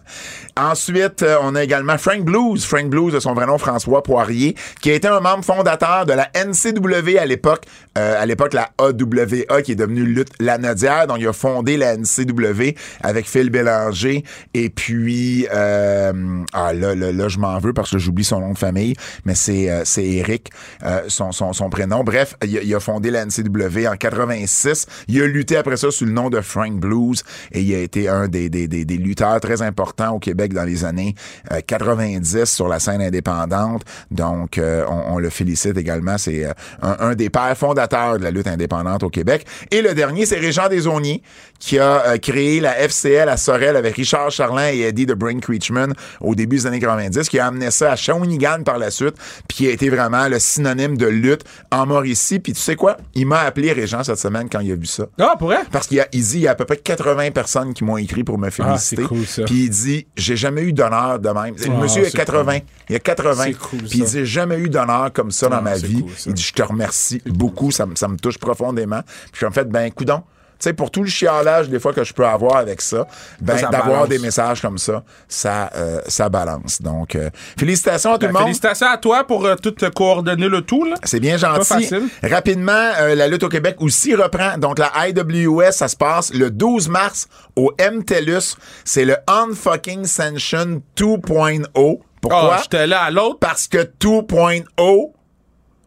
Speaker 2: Ensuite, euh, on a également Frank Blues. Frank Blues, de son vrai nom François Poirier, qui a été un membre fondateur de la NCW à l'époque, euh, à l'époque la AWA, qui est devenue Lutte Lanadière. Donc, il a fondé la NCW avec Phil Bélanger. Et puis, euh, ah là, là, là, je m'en veux parce que j'oublie son nom de famille, mais c'est euh, c'est Eric, euh, son, son, son prénom. Bref, il a, il a fondé la NCW en 86. Il a lutté après ça sous le nom de Frank Blues et il a été un des, des, des, des lutteurs très importants au Québec dans les années euh, 90 sur la scène indépendante. Donc, euh, on, on le félicite également. C'est euh, un, un des pères fondateurs de la lutte indépendante au Québec. Et le dernier, c'est Régent Desaulniers qui a euh, créé la FCL à Sorel avec Richard Charlin et Eddie de Brain Creechman au début des années 90, qui a amené ça à Shawinigan par la suite, puis qui a été vraiment le synonyme de lutte en Mauricie. Puis tu sais quoi? Il m'a appelé Régent cette semaine quand il a vu ça.
Speaker 3: Ah, pour vrai?
Speaker 2: Parce qu'il y a, il dit, il y a à peu près 80 personnes qui m'ont écrit pour me féliciter.
Speaker 3: Ah, c'est cool, ça.
Speaker 2: Puis il dit, j'ai jamais eu d'honneur de même. Le
Speaker 3: Ah,
Speaker 2: monsieur a
Speaker 3: c'est
Speaker 2: 80. Il a 80.
Speaker 3: C'est cool,
Speaker 2: Puis il
Speaker 3: ça. Ah,
Speaker 2: dit, j'ai jamais eu d'honneur comme ça dans ma
Speaker 3: c'est
Speaker 2: vie.
Speaker 3: cool, ça.
Speaker 2: il dit, je te remercie beaucoup. Ça, me- ça me touche profondément. Puis je me fait, ben, coudon. Tu sais, pour tout le chialage des fois que je peux avoir avec ça, ben,
Speaker 3: Ça, ça
Speaker 2: d'avoir
Speaker 3: balance.
Speaker 2: des messages comme ça, ça, euh, ça balance. Donc, euh, félicitations à tout
Speaker 3: Ben,
Speaker 2: le monde.
Speaker 3: Félicitations à toi pour euh, tout euh, coordonner le tout, là.
Speaker 2: C'est bien
Speaker 3: Pas
Speaker 2: gentil.
Speaker 3: facile.
Speaker 2: Rapidement, euh, la lutte au Québec aussi reprend. Donc, la IWS, ça se passe le 12 mars au E MTELUS. C'est le Unfucking Sanction 2.0.
Speaker 3: Oh,
Speaker 2: Pourquoi?
Speaker 3: j'étais là à l'autre.
Speaker 2: Parce que 2.0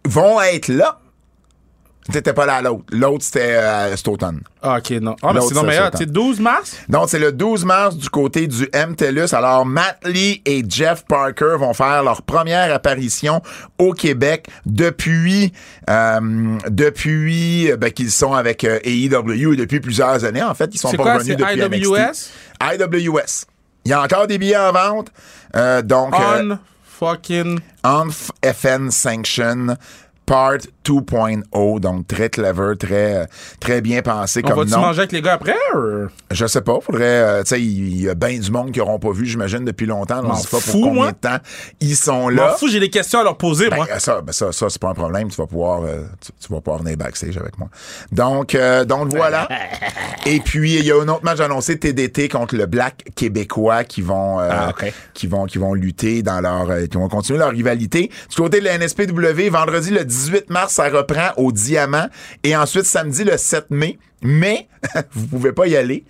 Speaker 2: vont être là. T'étais pas là à l'autre. L'autre, c'était euh, cet automne.
Speaker 3: Ah, ok, non. Ah, mais
Speaker 2: L'autre,
Speaker 3: sinon,
Speaker 2: ça,
Speaker 3: mais
Speaker 2: ça
Speaker 3: là, tu sais, 12 mars?
Speaker 2: Donc, c'est le 12 mars du côté du MTELUS. Alors, Matt Lee et Jeff Parker vont faire leur première apparition au Québec depuis, euh, depuis euh, ben, qu'ils sont avec euh, AEW et depuis plusieurs années. En fait, ils sont
Speaker 3: C'est
Speaker 2: pas
Speaker 3: quoi,
Speaker 2: revenus
Speaker 3: c'est
Speaker 2: depuis NXT. IWS. Il y a encore des billets en vente. Euh, donc, euh,
Speaker 3: On fucking.
Speaker 2: Anf FN Sanction Part 2.0. Donc, très clever, très, euh, très bien pensé
Speaker 3: On
Speaker 2: comme
Speaker 3: va-tu
Speaker 2: nom.
Speaker 3: manger avec les gars après? ou-
Speaker 2: Je sais pas, faudrait, euh, tu sais, il y a bien du monde qui auront pas vu, j'imagine, depuis longtemps. On
Speaker 3: M'en
Speaker 2: sait pas pour
Speaker 3: fous,
Speaker 2: combien
Speaker 3: moi.
Speaker 2: de temps ils sont
Speaker 3: M'en
Speaker 2: là.
Speaker 3: fous, j'ai des questions à leur poser,
Speaker 2: Ben,
Speaker 3: moi.
Speaker 2: euh, ça, ben, ça, ça c'est pas un problème. Tu vas pouvoir, euh, tu, tu vas pouvoir venir backstage avec moi. Donc, euh, donc voilà. Et puis il y a un autre match annoncé TDT contre le Black québécois qui vont, euh,
Speaker 3: Ah, ok.
Speaker 2: qui vont, qui vont lutter dans leur, euh, qui vont continuer leur rivalité. Du côté de la NSPW, vendredi le 18 mars, ça reprend au Diamant et ensuite samedi le 7 mai. Mais vous pouvez pas y aller.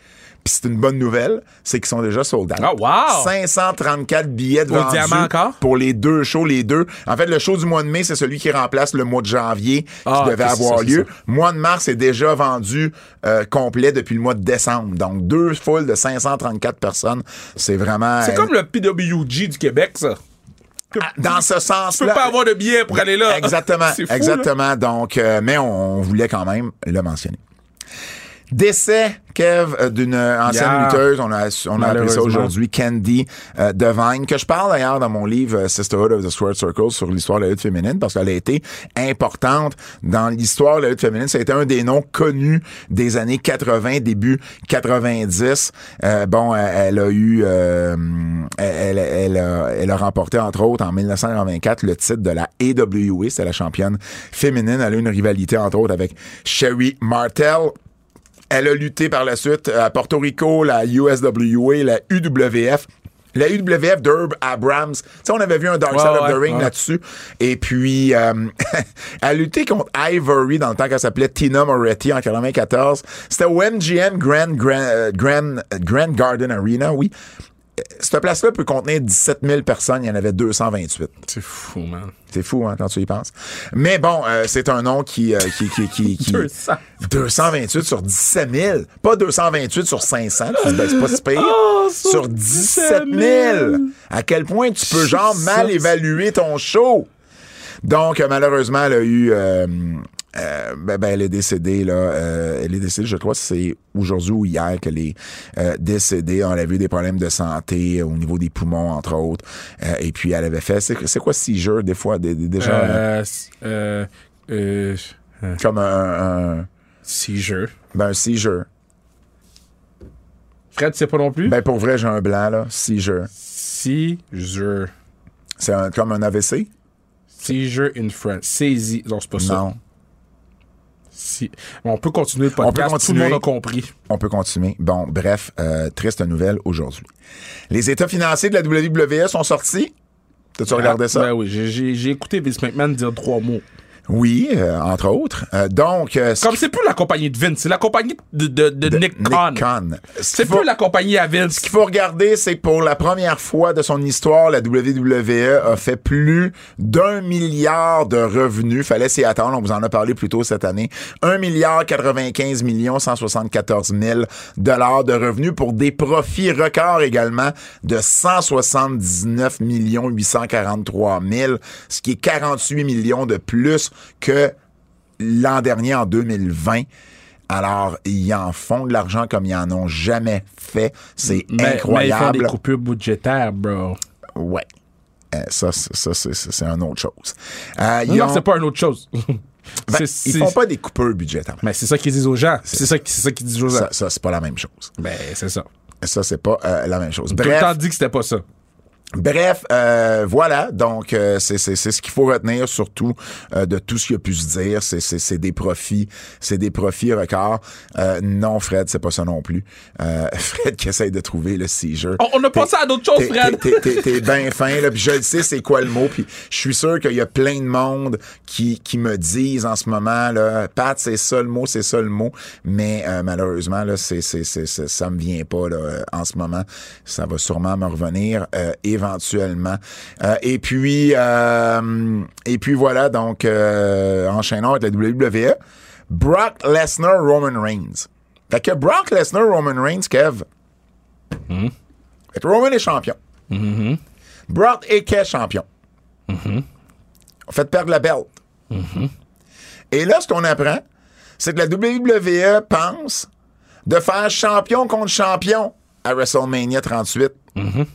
Speaker 2: Puis c'est une bonne nouvelle, c'est qu'ils sont déjà sold out.
Speaker 3: Ah, wow!
Speaker 2: 534 billets de
Speaker 3: Au
Speaker 2: vendus
Speaker 3: Diamant encore?
Speaker 2: pour les deux shows, les deux. En fait, le show du mois de mai, c'est celui qui remplace le mois de janvier
Speaker 3: Ah,
Speaker 2: qui devait
Speaker 3: ok, c'est
Speaker 2: avoir
Speaker 3: ça, c'est
Speaker 2: lieu. Mois de mars est déjà vendu euh, complet depuis le mois de décembre. Donc, deux foules de 534 personnes, c'est vraiment...
Speaker 3: C'est
Speaker 2: euh,
Speaker 3: comme le PWG du Québec, ça.
Speaker 2: ah, dans ce sens-là...
Speaker 3: Tu peux pas avoir de billet pour aller là.
Speaker 2: Exactement,
Speaker 3: C'est fou, là.
Speaker 2: exactement. Donc, euh, mais on, on voulait quand même le mentionner. Décès, Kev, euh, d'une ancienne
Speaker 3: Yeah.
Speaker 2: lutteuse, on a, on a appris ça
Speaker 3: Malheureusement.
Speaker 2: aujourd'hui, Candy euh, Devine, que je parle d'ailleurs dans mon livre euh, Sisterhood of the Squared Circle sur l'histoire de la lutte féminine, parce qu'elle a été importante dans l'histoire de la lutte féminine. Ça a été un des noms connus des années 80, début 90. Euh, bon, elle, elle a eu, euh, elle, elle, elle a, elle a remporté, entre autres, en 1924, le titre de la AWA, c'est la championne féminine. Elle a eu une rivalité, entre autres, avec Sherry Martel. Elle a lutté par la suite euh, à Porto Rico, la USWA, la UWF. La UWF d'Herb Abrams. Tu sais, on avait vu un Dark Side
Speaker 3: Ouais,
Speaker 2: of the
Speaker 3: ouais,
Speaker 2: Ring
Speaker 3: ouais.
Speaker 2: là-dessus. Et puis, euh, elle a lutté contre Ivory dans le temps qu'elle s'appelait Tina Moretti en 94. C'était au MGM Grand, Grand, euh, Grand, euh, Grand Garden Arena, oui. Euh, Cette place-là peut contenir 17 000 personnes. Il y en avait 228.
Speaker 3: C'est fou, man.
Speaker 2: C'est fou, hein, quand tu y penses. Mais bon, euh, c'est un nom qui... euh, qui, qui, qui, qui
Speaker 3: 200.
Speaker 2: 228 sur 17 000. Pas 228 sur 500. Tu dis, ben, c'est pas si pire. sur 17 000. À quel point tu peux, genre, mal
Speaker 3: Jesus.
Speaker 2: évaluer ton show? Donc, euh, malheureusement, elle a eu... euh, euh, ben, ben, elle est décédée, là. euh, elle est décédée, je crois que c'est aujourd'hui ou hier qu'elle est euh, décédée. On avait eu des problèmes de santé euh, au niveau des poumons, entre autres. Euh, et puis, elle avait fait... C'est c'est quoi jeux des fois? Des, des- des gens, euh,
Speaker 3: Euh, euh, euh,
Speaker 2: comme un... un
Speaker 3: seizure.
Speaker 2: ben, un seizure.
Speaker 3: Fred, c'est pas non plus?
Speaker 2: Ben, pour vrai, j'ai un blanc, là. Seizure.
Speaker 3: Seizure.
Speaker 2: C'est un- comme un AVC?
Speaker 3: Seizure in French. Saisie. Non, c'est pas ça.
Speaker 2: Non.
Speaker 3: Si- On peut continuer le
Speaker 2: peut
Speaker 3: podcast.
Speaker 2: continuer.
Speaker 3: Tout le monde a compris.
Speaker 2: On peut continuer. Bon, bref, euh, triste nouvelle aujourd'hui. Les états financiers de la WWE sont sortis. T'as-tu regardé ça?
Speaker 3: Ah, Ben oui, j'ai- j'ai j'ai écouté Vince McMahon dire trois mots.
Speaker 2: Oui, euh, entre autres. Euh, donc, euh, ce
Speaker 3: Comme
Speaker 2: qui-
Speaker 3: c'est plus la compagnie de Vince, c'est la compagnie de, de, de Nick Khan.
Speaker 2: Khan. Ce
Speaker 3: C'est
Speaker 2: qu'il faut-
Speaker 3: plus la compagnie à Vince.
Speaker 2: Ce qu'il faut regarder, c'est que pour la première fois de son histoire, la WWE a fait plus d'un milliard de revenus. Fallait s'y attendre. On vous en a parlé plus tôt cette année. 1 milliard 95 millions 174 000 dollars de revenus pour des profits records également de 179 millions 843 000, ce qui est 48 millions de plus que l'an dernier, en 2020. Alors, ils en font de l'argent comme ils en ont jamais fait. C'est
Speaker 3: Mais Ben, ils font
Speaker 2: incroyable.
Speaker 3: des coupures budgétaires, bro.
Speaker 2: ouais. Euh, ça, c'est- ça, c'est- c'est c'est une autre chose. Euh, ils
Speaker 3: Non,
Speaker 2: ont-
Speaker 3: c'est pas une autre chose.
Speaker 2: ben,
Speaker 3: C'est-
Speaker 2: ils
Speaker 3: c'est-
Speaker 2: font pas des coupures budgétaires.
Speaker 3: Mais c'est ça qu'ils disent aux gens. C'est ça, qui- c'est ça qu'ils disent aux gens.
Speaker 2: Ça, ça c'est pas la même chose.
Speaker 3: Ben, c'est ça.
Speaker 2: Ça, c'est pas euh, la même chose.
Speaker 3: Tout le
Speaker 2: Bref,
Speaker 3: temps dit que c'était pas ça.
Speaker 2: Bref, euh, voilà. Donc, euh, c'est c'est- c'est ce qu'il faut retenir surtout euh, de tout ce qu'il a pu se dire. C'est- C'est c'est des profits, c'est des profits records. Euh, non, Fred, c'est pas ça non plus. Euh, Fred qui essaye de trouver le seizure.
Speaker 3: On- on a
Speaker 2: T'es-
Speaker 3: passé à d'autres choses,
Speaker 2: t'es-
Speaker 3: Fred.
Speaker 2: t'es- t'es- T'es t'es bien fin, là, puis je le sais, c'est quoi le mot. Puis je suis sûr qu'il y a plein de monde qui, qui me disent en ce moment, là, Pat, c'est ça le mot, c'est ça le mot. Mais euh, malheureusement, là, c'est, c'est, c'est, c'est- ça me vient pas là, euh, en ce moment. Ça va sûrement me revenir euh, éventuellement. Euh, et puis, euh, et puis voilà, donc, euh, enchaînons avec la WWE. Brock Lesnar, Roman Reigns. Fait que Brock Lesnar, Roman Reigns, Kev. Fait que Roman est champion.
Speaker 3: Mm-hmm.
Speaker 2: Brock était champion. On fait perdre la belt.
Speaker 3: Mm-hmm.
Speaker 2: Et là, ce qu'on apprend, c'est que la WWE pense de faire champion contre champion à WrestleMania 38.
Speaker 3: Mm-hmm.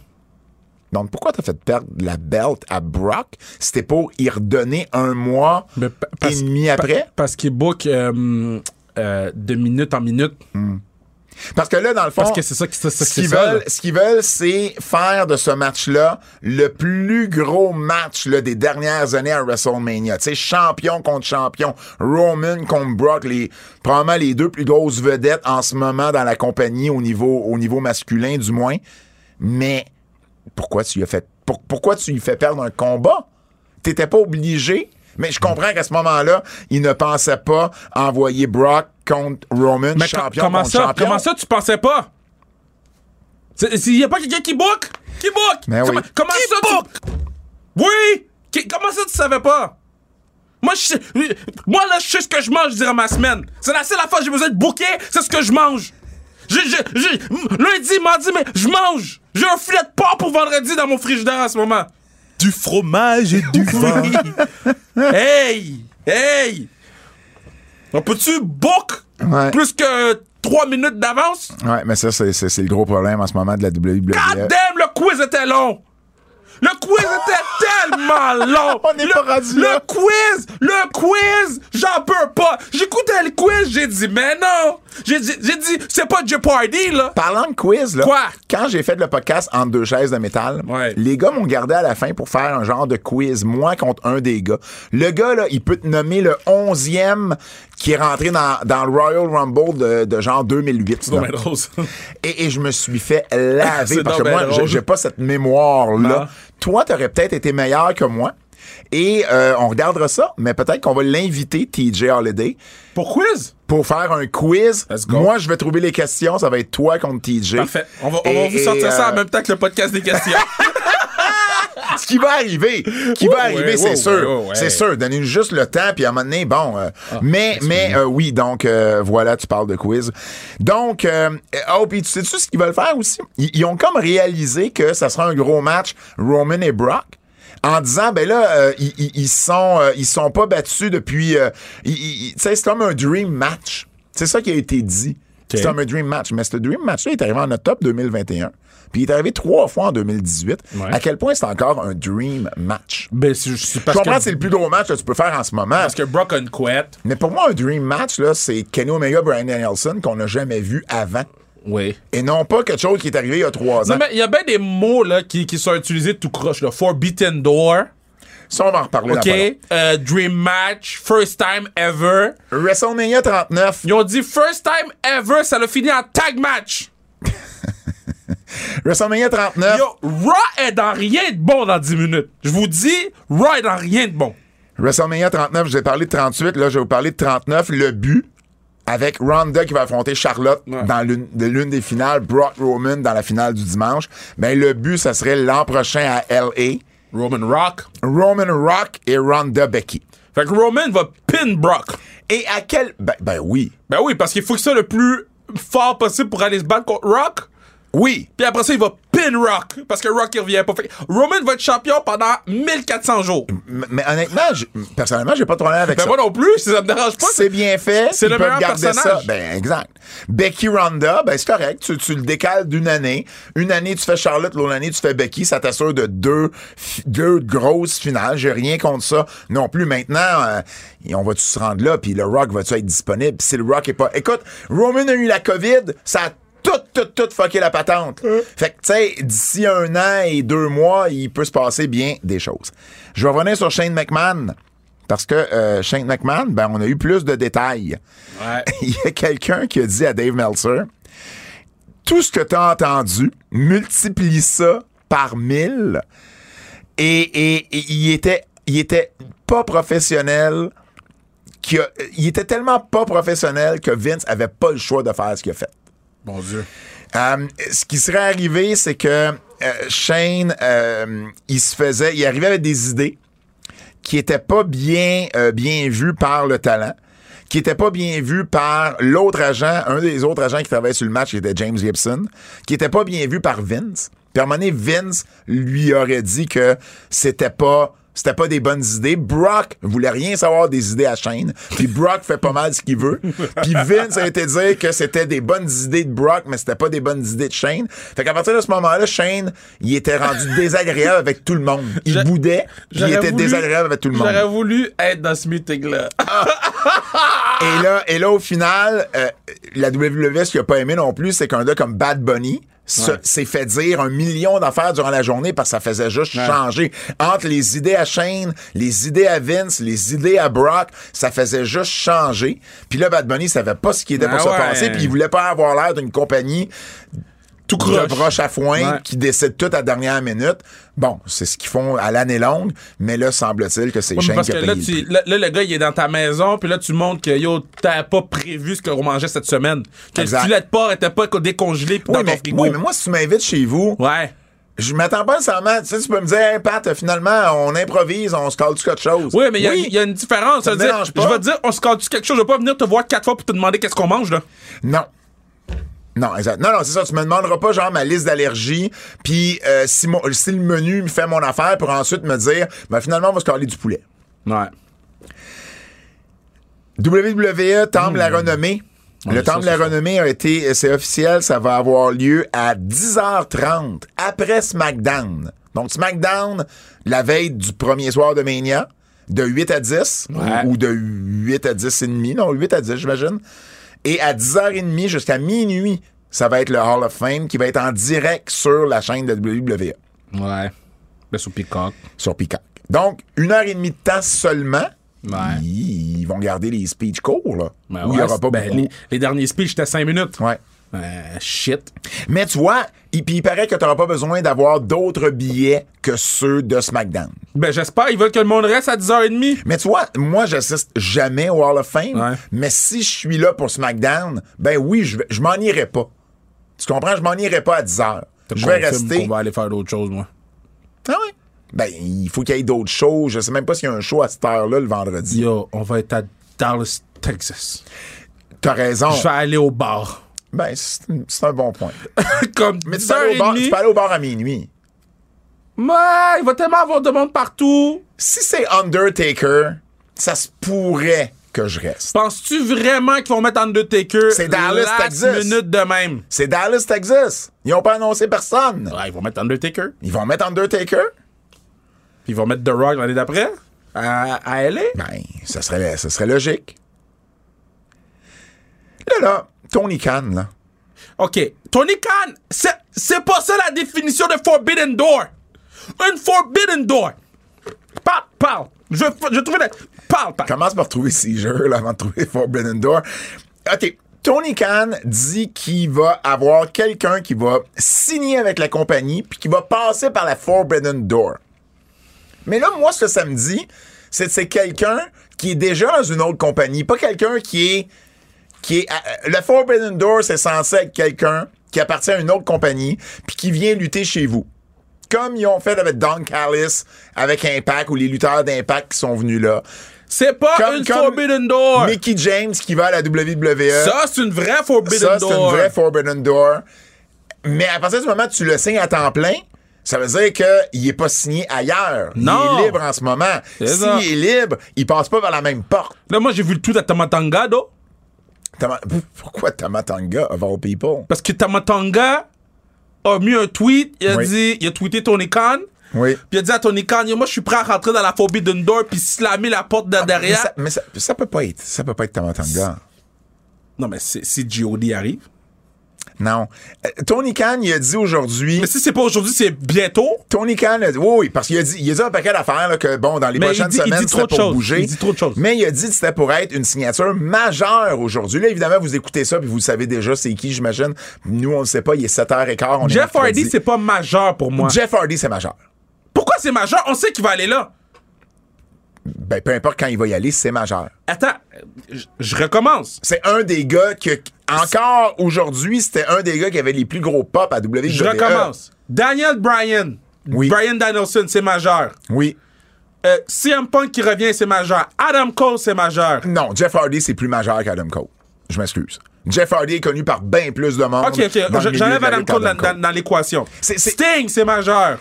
Speaker 2: Donc, pourquoi t'as fait perdre la belt à Brock si t'es pour y redonner un mois
Speaker 3: Mais pa- parce-
Speaker 2: et demi
Speaker 3: pa-
Speaker 2: après?
Speaker 3: parce qu'ils book euh, euh, de minute en minute.
Speaker 2: Parce que là, dans le fond,
Speaker 3: Parce que c'est ça qui c'est ça,
Speaker 2: ce qu'ils
Speaker 3: c'est ça,
Speaker 2: veulent,
Speaker 3: là.
Speaker 2: ce qu'ils veulent, c'est faire de ce match-là le plus gros match là, des dernières années à WrestleMania. Tu sais, champion contre champion, Roman contre Brock, les, probablement les deux plus grosses vedettes en ce moment dans la compagnie au niveau, au niveau masculin, du moins. Mais pourquoi tu lui as fait, pour- pourquoi tu lui fais perdre un combat? T'étais pas obligé. Mais je comprends qu'à ce moment-là, il ne pensait pas envoyer Brock contre Roman,
Speaker 3: Mais co-
Speaker 2: champion
Speaker 3: comment
Speaker 2: contre
Speaker 3: ça?
Speaker 2: champion.
Speaker 3: Comment ça, tu pensais pas? S'il y a pas quelqu'un qui book? Qui book?
Speaker 2: Mais
Speaker 3: comment
Speaker 2: oui.
Speaker 3: comment ça? tu- Oui! Qui- comment ça, tu savais pas? Moi, je sais, moi, là, je sais ce que je mange durant ma semaine. C'est la seule affaire que j'ai besoin de bouquet, c'est ce que je mange. Je, je, je- m- lundi, mardi, mais je mange. J'ai un filet de porc pour vendredi dans mon frigidaire en ce moment. Du fromage et du vin. hey! Hey! On peut-tu book
Speaker 2: Ouais.
Speaker 3: plus que 3 minutes d'avance?
Speaker 2: Ouais, mais ça, c'est, c'est, c'est le gros problème en ce moment de la E. WWE.
Speaker 3: God damn, le quiz était long! Le quiz était tellement long!
Speaker 2: On n'est
Speaker 3: Le-
Speaker 2: pas rendu
Speaker 3: Le
Speaker 2: là.
Speaker 3: quiz! Le quiz! J'en peux pas! J'écoutais le quiz, j'ai dit, mais non! J'ai dit, j'ai dit, c'est pas Jeopardy, là!
Speaker 2: Parlant de quiz, là,
Speaker 3: Quoi?
Speaker 2: quand j'ai fait le podcast entre deux chaises de métal,
Speaker 3: Ouais.
Speaker 2: les gars m'ont gardé à la fin pour faire un genre de quiz, moi contre un des gars. Le gars, là, il peut te nommer le onzième qui est rentré dans, dans le Royal Rumble de, de genre 2008.
Speaker 3: Oh,
Speaker 2: là. Et, et je me suis fait laver
Speaker 3: C'est
Speaker 2: parce que
Speaker 3: donc
Speaker 2: moi,
Speaker 3: ben
Speaker 2: j'ai-
Speaker 3: drôle.
Speaker 2: j'ai pas cette mémoire-là.
Speaker 3: Non.
Speaker 2: Toi, t'aurais peut-être été meilleur que moi. Et euh, on regardera ça, mais peut-être qu'on va l'inviter, TJ Holiday,
Speaker 3: Pour quiz?
Speaker 2: pour faire un quiz.
Speaker 3: Let's go.
Speaker 2: Moi, je vais trouver les questions. Ça va être toi contre TJ.
Speaker 3: Parfait. On va, on va
Speaker 2: Et-
Speaker 3: vous sortir
Speaker 2: et,
Speaker 3: ça en
Speaker 2: euh,
Speaker 3: même temps que le podcast des questions.
Speaker 2: Ce qui va arriver, qui va
Speaker 3: Ouais,
Speaker 2: arriver,
Speaker 3: ouais,
Speaker 2: c'est
Speaker 3: ouais,
Speaker 2: sûr.
Speaker 3: ouais, Ah, ouais.
Speaker 2: C'est sûr. Donnez-nous juste le temps, puis à un moment donné, bon. euh, mais mais euh, oui, donc euh, voilà, tu parles de quiz. Donc, euh, oh, puis tu sais-tu ce qu'ils veulent faire aussi? Ils, ils ont comme réalisé que ça sera un gros match, Roman et Brock. En disant ben là euh, ils, ils- ils sont euh, ils sont pas battus depuis euh, ils- ils- ils- tu sais c'est comme un dream match c'est ça qui a été dit c'est comme un dream match mais ce dream match là est arrivé en octobre 2021 puis il est arrivé trois fois en 2018
Speaker 3: Ouais.
Speaker 2: à quel point c'est encore un dream match.
Speaker 3: ben, c'est,
Speaker 2: Je
Speaker 3: c'est parce
Speaker 2: comprends que c'est
Speaker 3: que,
Speaker 2: le plus gros match que tu peux faire en ce moment.
Speaker 3: parce que Brock a une couette.
Speaker 2: Mais pour moi, un dream match, là, c'est Kenny Omega, Brian Danielson qu'on n'a jamais vu avant.
Speaker 3: Oui.
Speaker 2: Et non pas quelque chose qui est arrivé il y a trois ans.
Speaker 3: Non, mais il y a bien des mots là, qui, qui sont utilisés tout croche. Là. Forbidden Door,
Speaker 2: Ça, on va en reparler
Speaker 3: OK?
Speaker 2: là-bas.
Speaker 3: euh, dream Match, First Time Ever.
Speaker 2: WrestleMania 39.
Speaker 3: Ils ont dit First Time Ever, ça l'a fini en tag match.
Speaker 2: WrestleMania 39.
Speaker 3: Yo, Raw est dans rien de bon dans 10 minutes. Je vous dis, Raw est dans rien de bon.
Speaker 2: WrestleMania 39, je vous ai parlé de 38, là, je vais vous parler de 39, le but, avec Ronda qui va affronter Charlotte
Speaker 3: Ouais.
Speaker 2: dans l'une de l'une des finales, Brock Roman dans la finale du dimanche. Ben, le but, ça serait l'an prochain à L.A.,
Speaker 3: Roman Rock.
Speaker 2: Roman Rock et Ronda Becky.
Speaker 3: Fait que Roman va pin Brock.
Speaker 2: Et à quel... Ben, ben oui.
Speaker 3: Ben oui, parce qu'il faut que ça le plus fort possible pour aller se battre contre Rock.
Speaker 2: Oui.
Speaker 3: Puis après ça, il va pin Rock. Parce que Rock, il revient pas. Fait que Roman va être champion pendant 1400 jours.
Speaker 2: M- Mais honnêtement, je- personnellement, j'ai pas de problème avec
Speaker 3: Ben
Speaker 2: ça.
Speaker 3: moi non plus, ça me dérange pas.
Speaker 2: C'est bien fait.
Speaker 3: C'est
Speaker 2: ils
Speaker 3: le
Speaker 2: peuvent
Speaker 3: meilleur
Speaker 2: garder
Speaker 3: personnage.
Speaker 2: Ça. Ben, exact. Becky Ronda, ben, c'est correct. Tu, tu le décales d'une année. Une année, tu fais Charlotte. L'autre année, tu fais Becky. Ça t'assure de deux, fi- deux grosses finales. J'ai rien contre ça non plus. Maintenant, euh, et on va-tu se rendre là? Puis le Rock va-tu être disponible? Puis si le Rock est pas... Écoute, Roman a eu la COVID. Ça a tout, tout, tout fucké la patente. Fait que, tu sais, d'ici un an et deux mois, il peut se passer bien des choses. Je vais revenir sur Shane McMahon. Parce que euh, Shane McMahon, ben, on a eu plus de détails.
Speaker 3: Ouais.
Speaker 2: Il y a quelqu'un qui a dit à Dave Meltzer Tout ce que tu as entendu, multiplie ça par mille. Et, et- et il, était, il était pas professionnel. qu'il a- il était tellement pas professionnel que Vince avait pas le choix de faire ce qu'il a fait.
Speaker 3: Mon Dieu.
Speaker 2: Euh, ce qui serait arrivé, c'est que euh, Shane, euh, il se faisait, il arrivait avec des idées qui étaient pas bien, euh, bien vues par le talent, qui étaient pas bien vues par l'autre agent, un des autres agents qui travaillait sur le match, qui était James Gibson, qui était pas bien vu par Vince. Puis à un moment donné, Vince lui aurait dit que c'était pas c'était pas des bonnes idées. Brock voulait rien savoir des idées à Shane. Puis Brock fait pas mal ce qu'il veut. Puis Vince a été dire que c'était des bonnes idées de Brock, mais c'était pas des bonnes idées de Shane. Fait qu'à partir de ce moment-là, Shane, il était rendu désagréable avec tout le monde. Il
Speaker 3: Je-
Speaker 2: boudait, puis il
Speaker 3: J'aurais
Speaker 2: était
Speaker 3: voulu-
Speaker 2: désagréable avec tout le monde.
Speaker 3: J'aurais voulu être dans ce meeting-là.
Speaker 2: Et là, et là, au final, euh, la WWE, ce qu'il a pas aimé non plus, c'est qu'un gars comme Bad Bunny se- s'est fait dire un million d'affaires durant la journée parce que ça faisait juste changer. Entre les idées à Shane, les idées à Vince, les idées à Brock, ça faisait juste changer. Puis là, Bad Bunny savait pas ce qui était pour
Speaker 3: Ah
Speaker 2: se
Speaker 3: ouais.
Speaker 2: passer, puis il voulait pas avoir l'air d'une compagnie
Speaker 3: Tout
Speaker 2: de
Speaker 3: croche.
Speaker 2: broche à foin
Speaker 3: Ouais.
Speaker 2: qui décide tout à la dernière minute. Bon, c'est ce qu'ils font à l'année longue, mais là, semble-t-il que c'est
Speaker 3: Ouais, mais
Speaker 2: Shane
Speaker 3: parce
Speaker 2: qui
Speaker 3: que
Speaker 2: a payé
Speaker 3: là,
Speaker 2: le
Speaker 3: tu,
Speaker 2: prix.
Speaker 3: là, là, le gars, il est dans ta maison, puis là, tu montres que, yo, t'as pas prévu ce qu'on mangeait cette semaine. Que
Speaker 2: Exact.
Speaker 3: le filet de porc était pas décongelé
Speaker 2: Oui,
Speaker 3: dans ton
Speaker 2: mais,
Speaker 3: frigo.
Speaker 2: oui, mais moi, si tu m'invites chez vous,
Speaker 3: Ouais.
Speaker 2: Je m'attends pas nécessairement. Tu sais, tu peux me dire, hey, Pat, finalement, on improvise, on se colle-tu quelque chose?
Speaker 3: Oui, mais il y a- il y, a une différence.
Speaker 2: Ça
Speaker 3: Ça veut
Speaker 2: me
Speaker 3: dire,
Speaker 2: dérange
Speaker 3: je
Speaker 2: pas.
Speaker 3: vais te dire, on se conduit quelque chose. Je vais pas venir te voir quatre fois pour te demander qu'est-ce qu'on mange, là.
Speaker 2: Non. Non, exact. Non, non, c'est ça. Tu me demanderas pas, genre, ma liste d'allergies, puis euh, si, mon- si le menu me fait mon affaire pour ensuite me dire, ben, finalement, on va se coller du poulet.
Speaker 3: Ouais.
Speaker 2: WWE, E, Temple de la Renommée. le Temple de la Renommée a été, c'est officiel, ça va avoir lieu à 10h30 après SmackDown. Donc, SmackDown, la veille du premier soir de Mania, de 8 à 10,
Speaker 3: Ouais.
Speaker 2: ou, ou de 8 à 10 et demi, non, 8 à 10, j'imagine. Et à 10h30 jusqu'à minuit, ça va être le Hall of Fame qui va être en direct sur la chaîne de E. WWE
Speaker 3: Ouais. Ben, sous Peacock.
Speaker 2: sur Peacock. Donc, une heure et demie de temps seulement.
Speaker 3: Ouais.
Speaker 2: Ils ils vont garder les speeches courts, là.
Speaker 3: Ben,
Speaker 2: où il
Speaker 3: ouais,
Speaker 2: n'y aura pas
Speaker 3: ben,
Speaker 2: beaucoup.
Speaker 3: les, les derniers speeches, c'était cinq minutes.
Speaker 2: Ouais.
Speaker 3: Euh, shit.
Speaker 2: Mais tu vois, il, puis il paraît que tu n'auras pas besoin d'avoir d'autres billets que ceux de SmackDown.
Speaker 3: Ben, j'espère, ils veulent que le monde reste à 10h30.
Speaker 2: Mais tu vois, moi, j'assiste jamais au Hall of Fame.
Speaker 3: Ouais.
Speaker 2: Mais si je suis là pour SmackDown, ben oui, je, vais- je m'en irai pas. Tu comprends? Je m'en irai pas à 10 heures. Je vais rester.
Speaker 3: On va aller faire d'autres choses, moi.
Speaker 2: Ah ouais? Ben, il faut qu'il y ait d'autres shows. Je sais même pas s'il y a un show à cette heure-là le vendredi.
Speaker 3: Yo, on va être à Dallas, Texas.
Speaker 2: T'as raison.
Speaker 3: Je vais aller au bar.
Speaker 2: Ben, c'est c'est un bon point.
Speaker 3: Comme
Speaker 2: Mais tu peux, aller au bar,
Speaker 3: 10h30.
Speaker 2: tu peux aller au bar à minuit.
Speaker 3: Ouais, il va tellement avoir de monde partout.
Speaker 2: Si c'est Undertaker, ça se pourrait que je reste.
Speaker 3: Penses-tu vraiment qu'ils vont mettre Undertaker
Speaker 2: C'est Dallas,
Speaker 3: last
Speaker 2: Texas.
Speaker 3: minute de même?
Speaker 2: C'est Dallas, Texas. Ils n'ont pas annoncé personne.
Speaker 3: Ouais, ils vont mettre Undertaker.
Speaker 2: Ils vont mettre Undertaker?
Speaker 3: Ils vont mettre The Rock l'année d'après à, à LA.
Speaker 2: Ben, ça serait, ça serait logique. Là, là, Tony Khan, là.
Speaker 3: OK. Tony Khan, c'est c'est pas ça la définition de Forbidden Door. Une Forbidden Door. Parle, parle. Je, je trouvais la... Parle, parle.
Speaker 2: Commence par trouver Seizure, là, avant de trouver Forbidden Door. OK. Tony Khan dit qu'il va avoir quelqu'un qui va signer avec la compagnie puis qui va passer par la Forbidden Door. Mais là, moi, ce que ça me dit, c'est c'est quelqu'un qui est déjà dans une autre compagnie, pas quelqu'un qui est qui est à- le Forbidden Door, c'est censé être quelqu'un qui appartient à une autre compagnie puis qui vient lutter chez vous. Comme ils ont fait avec Don Callis, avec Impact ou les lutteurs d'Impact qui sont venus là.
Speaker 3: C'est pas
Speaker 2: Comme-
Speaker 3: une
Speaker 2: comme
Speaker 3: Forbidden Door.
Speaker 2: Mickey James qui va à la WWE.
Speaker 3: Ça, c'est une vraie Forbidden
Speaker 2: Ça, c'est
Speaker 3: Door.
Speaker 2: une vraie Forbidden Door. Mais à partir du moment où tu le signes à temps plein, ça veut dire qu'il n'est pas signé ailleurs.
Speaker 3: Non.
Speaker 2: Il est libre en ce moment. S'il
Speaker 3: ça.
Speaker 2: est libre, il passe pas par la même porte.
Speaker 3: Là, moi, j'ai vu le tout à Tamatangado.
Speaker 2: Tama- Pourquoi Tamatanga of all people?
Speaker 3: Parce que Tamatanga a mis un tweet, il a
Speaker 2: Oui.
Speaker 3: dit, il a tweeté Tony Khan.
Speaker 2: Oui.
Speaker 3: Puis il a dit à Tony Khan, Yo, moi je suis prêt à rentrer dans la Forbidden Door puis slammer la porte de
Speaker 2: Mais
Speaker 3: derrière.
Speaker 2: ça, mais ça, ça peut pas être. Ça peut pas être Tamatanga.
Speaker 3: Non, mais c'est- si G.O.D. arrive.
Speaker 2: Non. Euh, Tony Khan, il a dit aujourd'hui.
Speaker 3: Mais si c'est pas aujourd'hui, c'est bientôt.
Speaker 2: Tony Khan, a dit- oui, oui, parce qu'il a dit, il a dit un paquet d'affaires là, que bon, dans les
Speaker 3: Mais il
Speaker 2: prochaines
Speaker 3: dit- il
Speaker 2: semaines,
Speaker 3: dit trop
Speaker 2: c'était
Speaker 3: de
Speaker 2: pour
Speaker 3: choses.
Speaker 2: bouger.
Speaker 3: Il dit trop de choses.
Speaker 2: Mais il a dit que c'était pour être une signature majeure aujourd'hui. Là, évidemment, vous écoutez ça puis vous le savez déjà c'est qui, j'imagine. Nous, on ne sait pas, il est 7h15. On est
Speaker 3: Jeff
Speaker 2: mercredi.
Speaker 3: Hardy, c'est pas majeur pour moi.
Speaker 2: Jeff Hardy, c'est majeur.
Speaker 3: Pourquoi c'est majeur? On sait qu'il va aller là.
Speaker 2: Ben, peu importe quand il va y aller, c'est majeur.
Speaker 3: Attends, je- je recommence.
Speaker 2: C'est un des gars que, encore aujourd'hui, c'était un des gars qui avait les plus gros pop à E. WWE.
Speaker 3: Je recommence. Daniel Bryan.
Speaker 2: Oui.
Speaker 3: Bryan Danielson, c'est majeur.
Speaker 2: Oui.
Speaker 3: Euh, CM Punk qui revient, c'est majeur. Adam Cole, c'est majeur.
Speaker 2: Non, Jeff Hardy, c'est plus majeur qu'Adam Cole. Je m'excuse. Jeff Hardy est connu par bien plus de monde.
Speaker 3: Ok, ok.
Speaker 2: dans le
Speaker 3: je-
Speaker 2: milieu
Speaker 3: J'enlève
Speaker 2: de la
Speaker 3: Adam
Speaker 2: lutte
Speaker 3: Cole dans,
Speaker 2: qu'Adam
Speaker 3: dans- dans l'équation.
Speaker 2: C'est- c'est-
Speaker 3: Sting, c'est majeur.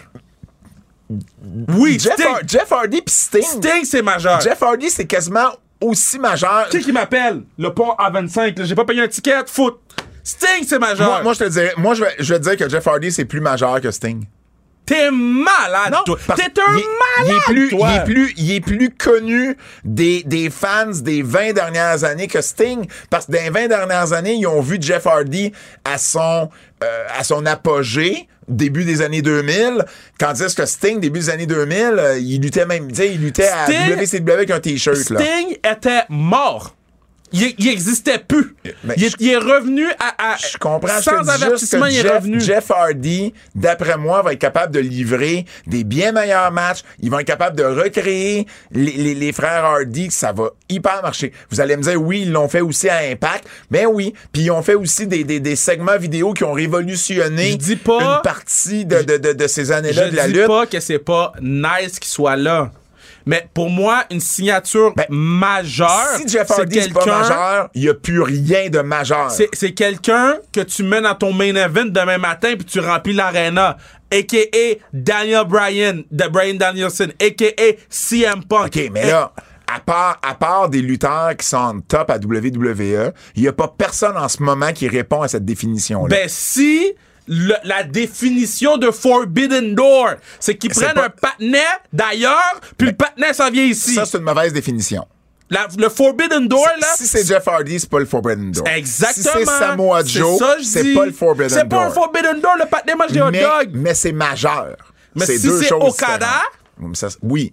Speaker 3: Oui,
Speaker 2: Jeff,
Speaker 3: Sting.
Speaker 2: Har- Jeff Hardy pis Sting.
Speaker 3: Sting, c'est majeur.
Speaker 2: Jeff Hardy, c'est quasiment aussi majeur.
Speaker 3: Qui qui m'appelle? Le pont à 25. là, J'ai pas payé un ticket. Foot. Sting, c'est majeur.
Speaker 2: Moi, moi, je te dirais, moi, je vais, je vais te dire que Jeff Hardy, c'est plus majeur que Sting.
Speaker 3: T'es malade, toi.
Speaker 2: parce-
Speaker 3: T'es un
Speaker 2: il est- il
Speaker 3: malade,
Speaker 2: est plus,
Speaker 3: toi.
Speaker 2: Il est plus, il est plus connu des, des fans des 20 dernières années que Sting. Parce que dans les 20 dernières années, ils ont vu Jeff Hardy à son, euh, à son apogée, début des années 2000. Tandis que Sting, début des années 2000, euh, il luttait même, tu sais, il luttait
Speaker 3: Sting-
Speaker 2: à WCW avec un T-shirt, là.
Speaker 3: Sting était mort. Il, il existait plus.
Speaker 2: Mais
Speaker 3: il,
Speaker 2: je-
Speaker 3: il est revenu à, à-
Speaker 2: Je comprends.
Speaker 3: sans
Speaker 2: je te dis
Speaker 3: avertissement,
Speaker 2: juste
Speaker 3: il
Speaker 2: que
Speaker 3: est
Speaker 2: Jeff,
Speaker 3: revenu.
Speaker 2: Jeff Hardy, d'après moi, va être capable de livrer des bien meilleurs matchs. Ils vont être capables de recréer les, les- les frères Hardy. Ça va hyper marcher. Vous allez me dire, oui, ils l'ont fait aussi à Impact. Ben oui. Puis ils ont fait aussi des, des- des segments vidéo qui ont révolutionné
Speaker 3: Je dis pas-
Speaker 2: une partie de, de- de- de ces années-là de la
Speaker 3: je dis
Speaker 2: lutte.
Speaker 3: pas que c'est pas nice qu'il soit là. Mais pour moi, une signature
Speaker 2: Ben,
Speaker 3: majeure,
Speaker 2: Si Jeff
Speaker 3: c'est
Speaker 2: Hardy n'est pas
Speaker 3: quelqu'un
Speaker 2: majeur, il n'y a plus rien de majeur.
Speaker 3: c'est- c'est quelqu'un que tu mets dans ton main event demain matin puis tu remplis l'arena. A.K.A. Daniel Bryan, de Bryan Danielson, A.K.A. CM Punk.
Speaker 2: OK, mais là, à part, à part des lutteurs qui sont en top à WWE, il n'y a pas personne en ce moment qui répond à cette définition-là.
Speaker 3: Ben si le- la définition de Forbidden Door, c'est qu'ils
Speaker 2: C'est
Speaker 3: prennent
Speaker 2: pas- Ben,
Speaker 3: un patinet d'ailleurs, puis le patinet s'en vient ici.
Speaker 2: ça, c'est une mauvaise définition.
Speaker 3: La- le Forbidden Door, là...
Speaker 2: Si c'est Jeff Hardy, c'est pas le Forbidden Door.
Speaker 3: Exactement.
Speaker 2: Si c'est Samoa
Speaker 3: C'est
Speaker 2: Joe,
Speaker 3: ça, je
Speaker 2: c'est
Speaker 3: dis.
Speaker 2: pas le Forbidden Door.
Speaker 3: C'est pas un Forbidden Door, le patinet mange des hot
Speaker 2: mais,
Speaker 3: dogs.
Speaker 2: mais c'est majeur.
Speaker 3: Mais
Speaker 2: c'est
Speaker 3: si
Speaker 2: deux
Speaker 3: c'est
Speaker 2: choses
Speaker 3: Okada-
Speaker 2: différentes. Oui, mais ça, c'est- oui.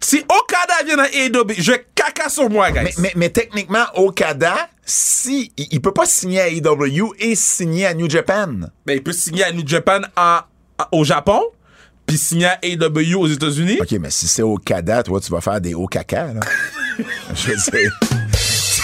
Speaker 3: Si Okada vient à AEW, je caca sur moi, guys.
Speaker 2: Mais, mais- mais techniquement, Okada, si, il, il peut pas signer à AEW et signer à New Japan.
Speaker 3: Ben, il peut signer à New Japan à- à- au Japon, puis signer à AEW aux États-Unis.
Speaker 2: OK, mais si c'est Okada, toi, tu vas faire des Okaka, là. Je veux dire.
Speaker 3: Si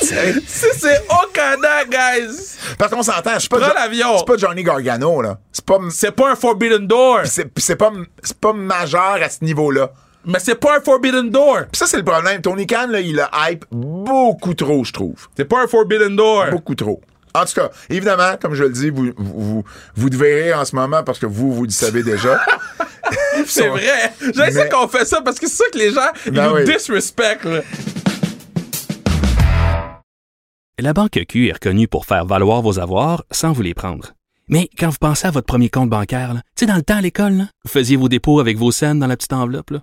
Speaker 3: c'est Okada, guys,
Speaker 2: Parce qu'on s'entend, je suis pas
Speaker 3: Prends
Speaker 2: Jo-
Speaker 3: l'avion.
Speaker 2: C'est pas Johnny Gargano là. C'est pas m-
Speaker 3: c'est pas un Forbidden Door.
Speaker 2: c'est c'est pas m- c'est pas majeur à ce niveau-là.
Speaker 3: Mais c'est pas un Forbidden Door.
Speaker 2: Puis ça c'est le problème. Tony Khan là, il le hype beaucoup trop, je trouve.
Speaker 3: C'est pas un Forbidden Door.
Speaker 2: Beaucoup trop. En tout cas, évidemment, comme je le dis, vous vous vous, vous devez rire en ce moment parce que vous vous le savez déjà.
Speaker 3: C'est vrai. J'aime ça
Speaker 2: Mais-
Speaker 3: qu'on fait ça parce que c'est ça que les gens, ils
Speaker 2: Ben
Speaker 3: nous
Speaker 2: oui.
Speaker 3: disrespectent. là.
Speaker 6: La Banque Q est reconnue pour faire valoir vos avoirs sans vous les prendre. Mais quand vous pensez à votre premier compte bancaire, là, tu sais, dans le temps à l'école, là, vous faisiez vos dépôts avec vos scènes dans la petite enveloppe. là.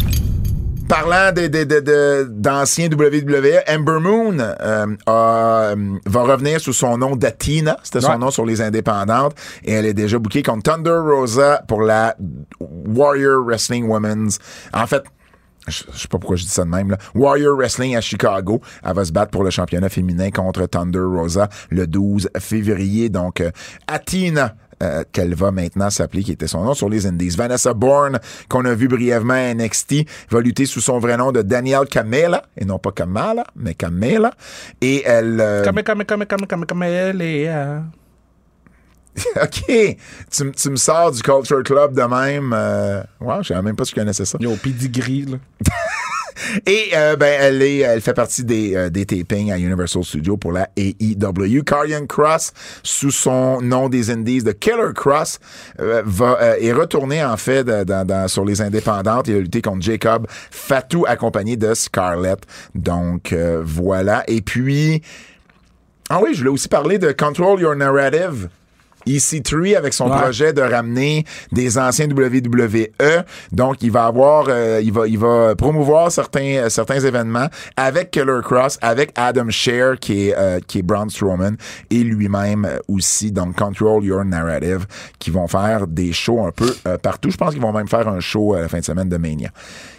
Speaker 2: parlant des- des- des- des- d'anciens WWE, Amber Moon euh, a, euh, va revenir sous son nom d'Atina. C'était son
Speaker 3: Ouais.
Speaker 2: nom sur les indépendantes. Et elle est déjà bookée contre Thunder Rosa pour la Warrior Wrestling Women's. En fait, je je sais pas pourquoi je dis ça de même. Là. Warrior Wrestling à Chicago. Elle va se battre pour le championnat féminin contre Thunder Rosa le 12 février. Donc, euh, Atina. euh, qu'elle va maintenant s'appeler, qui était son nom sur les Indies. Vanessa Bourne, qu'on a vu brièvement à NXT, va lutter sous son vrai nom de Danielle Camela, et non pas Kamala, mais Camela. Et elle... euh,
Speaker 3: Comme, comme, comme, comme, comme, comme elle est. euh,
Speaker 2: OK, tu, m- tu me sors du Culture Club de même. Euh... Wow, je savais même pas si je connaissais ça.
Speaker 3: Yo, pedigree, là.
Speaker 2: Et euh, ben, elle, est, elle fait partie des, euh, des tapings à Universal Studios pour la AEW. Karrion Cross, sous son nom des Indies, de Killer Cross, euh, va, euh, est retourné en fait de- dans- dans- sur les indépendantes. Il a lutté contre Jacob Fatou, accompagné de Scarlett. Donc euh, voilà. Et puis, ah oui, je voulais aussi parler de Control Your Narrative. EC3 avec son
Speaker 3: Ouais.
Speaker 2: projet de ramener des anciens WWE. Donc, il va avoir, euh, il va, il va promouvoir certains, euh, certains événements avec Killer Cross, avec Adam Scher, qui est, euh, qui est Braun Strowman, et lui-même euh, aussi. Donc, Control Your Narrative, qui vont faire des shows un peu euh, partout. Je pense qu'ils vont même faire un show à la fin de semaine de Mania.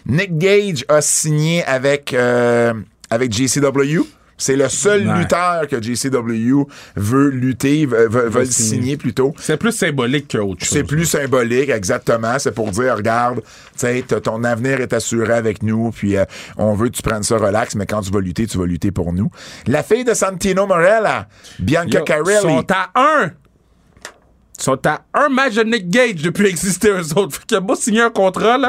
Speaker 2: Nick Gage a signé avec, euh, avec GCW. C'est le seul
Speaker 3: Ouais.
Speaker 2: lutteur que GCW veut lutter, euh, veut, veut- veut le
Speaker 3: signer.
Speaker 2: signer plutôt.
Speaker 3: C'est plus symbolique qu'autre chose.
Speaker 2: C'est plus symbolique, exactement. C'est pour dire, regarde, tu sais, t'as- ton avenir est assuré avec nous, puis euh, on veut que tu prennes ça relax, mais quand tu vas lutter, tu vas lutter pour nous. La fille de Santino Morella, Bianca
Speaker 3: Yo,
Speaker 2: Carelli.
Speaker 3: sont à un. sont à un match de Nick Gage depuis exister eux autres. Fait qu'il a beau signer un contrat, là.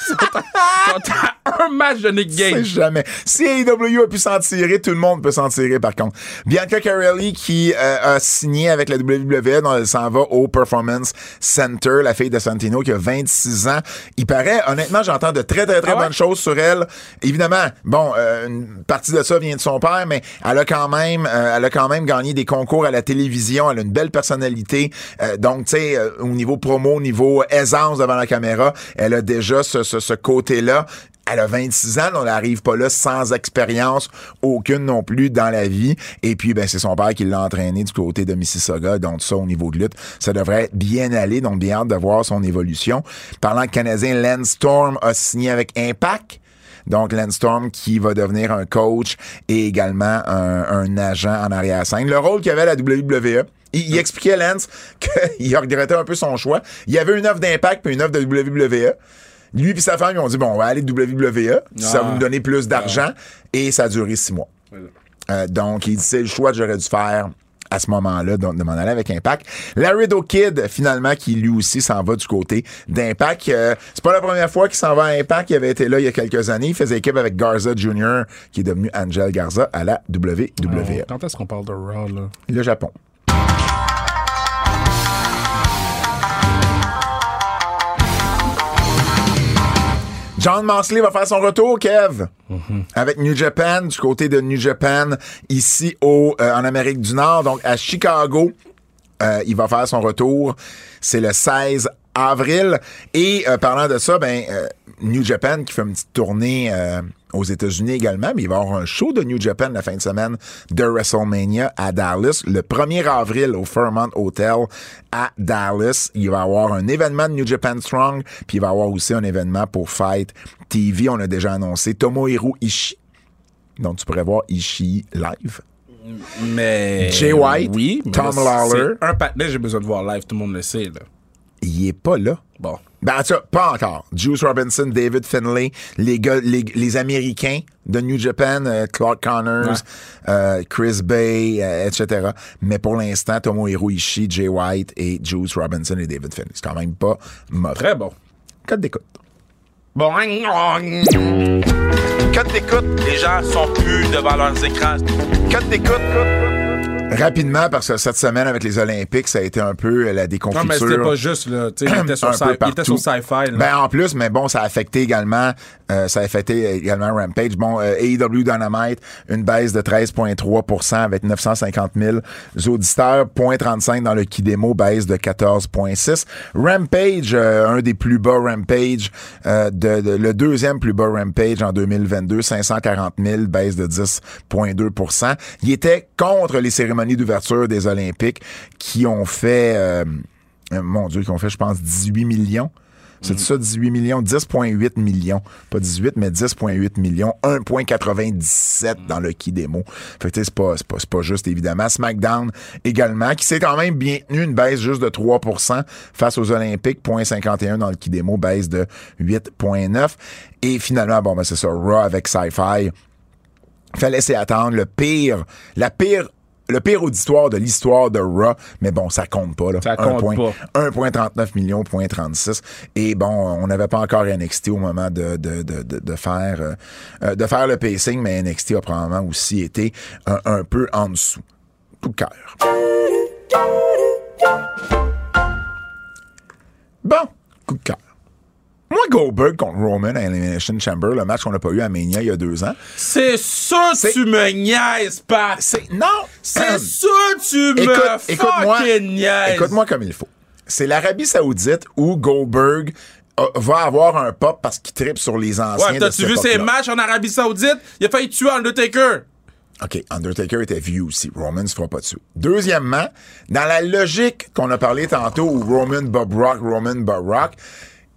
Speaker 3: sont, à, sont à un match de Nick
Speaker 2: C'est
Speaker 3: Gage.
Speaker 2: jamais. Si AEW a pu s'en tirer, tout le monde peut s'en tirer, par contre. Bianca Carelli, qui euh, a signé avec la WWE, dont elle s'en va au Performance Center, la fille de Santino, qui a 26 ans. Il paraît, honnêtement, j'entends de très, très, très
Speaker 3: Ah ouais?
Speaker 2: bonnes choses sur elle. Évidemment, bon, euh, une partie de ça vient de son père, mais elle a quand même, euh, elle a quand même gagné des concours à la télévision. Elle a une belle personnalité. Euh, donc, tu sais, euh, au niveau promo, au niveau aisance devant la caméra, elle a déjà ce- ce- ce côté-là. Elle a 26 ans, on n'arrive pas là sans expérience aucune non plus dans la vie. Et puis, ben, c'est son père qui l'a entraîné du côté de Mississauga, donc ça au niveau de lutte, ça devrait bien aller, donc bien hâte de voir son évolution. Parlant de Canadien, Lance Storm a signé avec Impact. Donc, Lance Storm qui va devenir un coach et également un, un agent en arrière-scène. Le rôle qu'il avait à la WWE, il, il expliquait, Lance, qu'il regrettait un peu son choix. Il y avait une offre d'impact puis une offre de WWE. Lui et sa femme, ils ont dit, bon, on va aller WWE, E. ça va nous donner plus d'argent. Et ça a duré six mois. Euh, donc, il dit, c'est le choix que j'aurais dû faire à ce moment-là, donc de m'en aller avec Impact. Larry Kid, finalement, qui lui aussi s'en va du côté d'Impact. Euh, c'est pas la première fois qu'il s'en va à Impact. Il avait été là il y a quelques années. Il faisait équipe avec Garza Jr., qui est devenu Angel Garza à la WWE.
Speaker 3: Oh, Quand est-ce qu'on parle de Raw, là?
Speaker 2: Le Japon. John Moxley va faire son retour, Kev,
Speaker 3: Mm-hmm.
Speaker 2: avec New Japan, du côté de New Japan, ici au, euh, en Amérique du Nord, donc à Chicago. Euh, il va faire son retour. C'est le 16 avril. Et euh, parlant de ça, ben euh, New Japan qui fait une petite tournée euh, aux États-Unis également, mais il va y avoir un show de New Japan la fin de semaine de WrestleMania à Dallas. Le 1er avril au Fairmont Hotel à Dallas, il va y avoir un événement de New Japan Strong, puis il va y avoir aussi un événement pour Fight TV. On a déjà annoncé Tomohiro Ishii. Donc, tu pourrais voir Ishii live.
Speaker 3: Mais.
Speaker 2: Jay White,
Speaker 3: Oui. mais
Speaker 2: Tom
Speaker 3: là,
Speaker 2: Lawler.
Speaker 3: c'est Un patinet, j'ai besoin de voir live, tout le monde le sait, là.
Speaker 2: Il est pas là.
Speaker 3: Bon.
Speaker 2: Ben, en tout cas, pas encore. Juice Robinson, David Finlay, les gars, les, les Américains de New Japan, euh, Clark Connors,
Speaker 3: Ouais.
Speaker 2: euh, Chris Bay, euh, etc. Mais pour l'instant, Tomohiro Ishii, Jay White et Juice Robinson et David Finlay. C'est quand même pas mauvais.
Speaker 3: Très bon.
Speaker 2: Code d'écoute.
Speaker 3: Bon. hein? Quand t'écoutes, les gens sont plus devant leurs écrans. Quand t'écoutes,
Speaker 2: Rapidement, parce que cette semaine, avec les Olympiques, ça a été un peu la déconfiture.
Speaker 3: Non, mais c'était pas juste, là. Tu sais, il était sur,
Speaker 2: un
Speaker 3: sci-
Speaker 2: peu
Speaker 3: il était
Speaker 2: partout.
Speaker 3: sur Sci-Fi, là.
Speaker 2: Ben, en plus, mais bon, ça a affecté également, euh, ça a affecté également Rampage. Bon, euh, AEW Dynamite, une baisse de 13,3 avec 950 000 auditeurs, 0.35 dans le qui démo, baisse de 14,6. Rampage, euh, un des plus bas Rampage, euh, de, de- le deuxième plus bas Rampage en 2022, 540 000, baisse de 10,2 Il était contre les cérémonies d'ouverture des Olympiques qui ont fait, euh, euh, mon Dieu, qui ont fait, je pense, 18 millions. C'est ça, 18 millions, 10,8 millions. Pas 18, mais 10,8 millions. 1,97 dans le qui démo. Fait que, tu sais, c'est pas, c'est pas, c'est pas juste, évidemment. SmackDown également, qui s'est quand même bien tenu, une baisse juste de 3 face aux Olympiques. 0,51 dans le qui démo, baisse de 8,9. Et finalement, bon, ben, c'est ça, Raw avec Sci-Fi. Fallait s'y attendre. Le pire, la pire, le pire auditoire de l'histoire de Raw. Mais bon, ça compte pas, là.
Speaker 3: Ça compte
Speaker 2: Un point-
Speaker 3: pas.
Speaker 2: 1,39 millions, 0,36. Et bon, on n'avait pas encore NXT au moment de, de, de, de, de faire, euh, euh, de faire le pacing, mais NXT a probablement aussi été un, un peu en dessous. Coup de cœur. Bon, coup de cœur. Moi, Goldberg contre Roman à Elimination Chamber, le match qu'on n'a pas eu à Mania il y a deux ans.
Speaker 3: C'est sûr que
Speaker 2: C'est-
Speaker 3: tu me niaises, Pat.
Speaker 2: C'est. Non! Hum.
Speaker 3: C'est sûr que tu me
Speaker 2: Écoute- écoute-moi
Speaker 3: fucking niaises.
Speaker 2: écoute-moi comme il faut. C'est l'Arabie Saoudite où Goldberg a- va avoir un pop parce qu'il tripe sur les anciens.
Speaker 3: Ouais,
Speaker 2: de
Speaker 3: t'as-tu
Speaker 2: cette
Speaker 3: vu ses
Speaker 2: époque-là.
Speaker 3: matchs en Arabie Saoudite? Il a failli tuer Undertaker.
Speaker 2: OK, Undertaker était vieux aussi. Roman se fera pas dessus. Deuxièmement, dans la logique qu'on a parlé tantôt où Roman Bob Rock, Roman Bob Rock,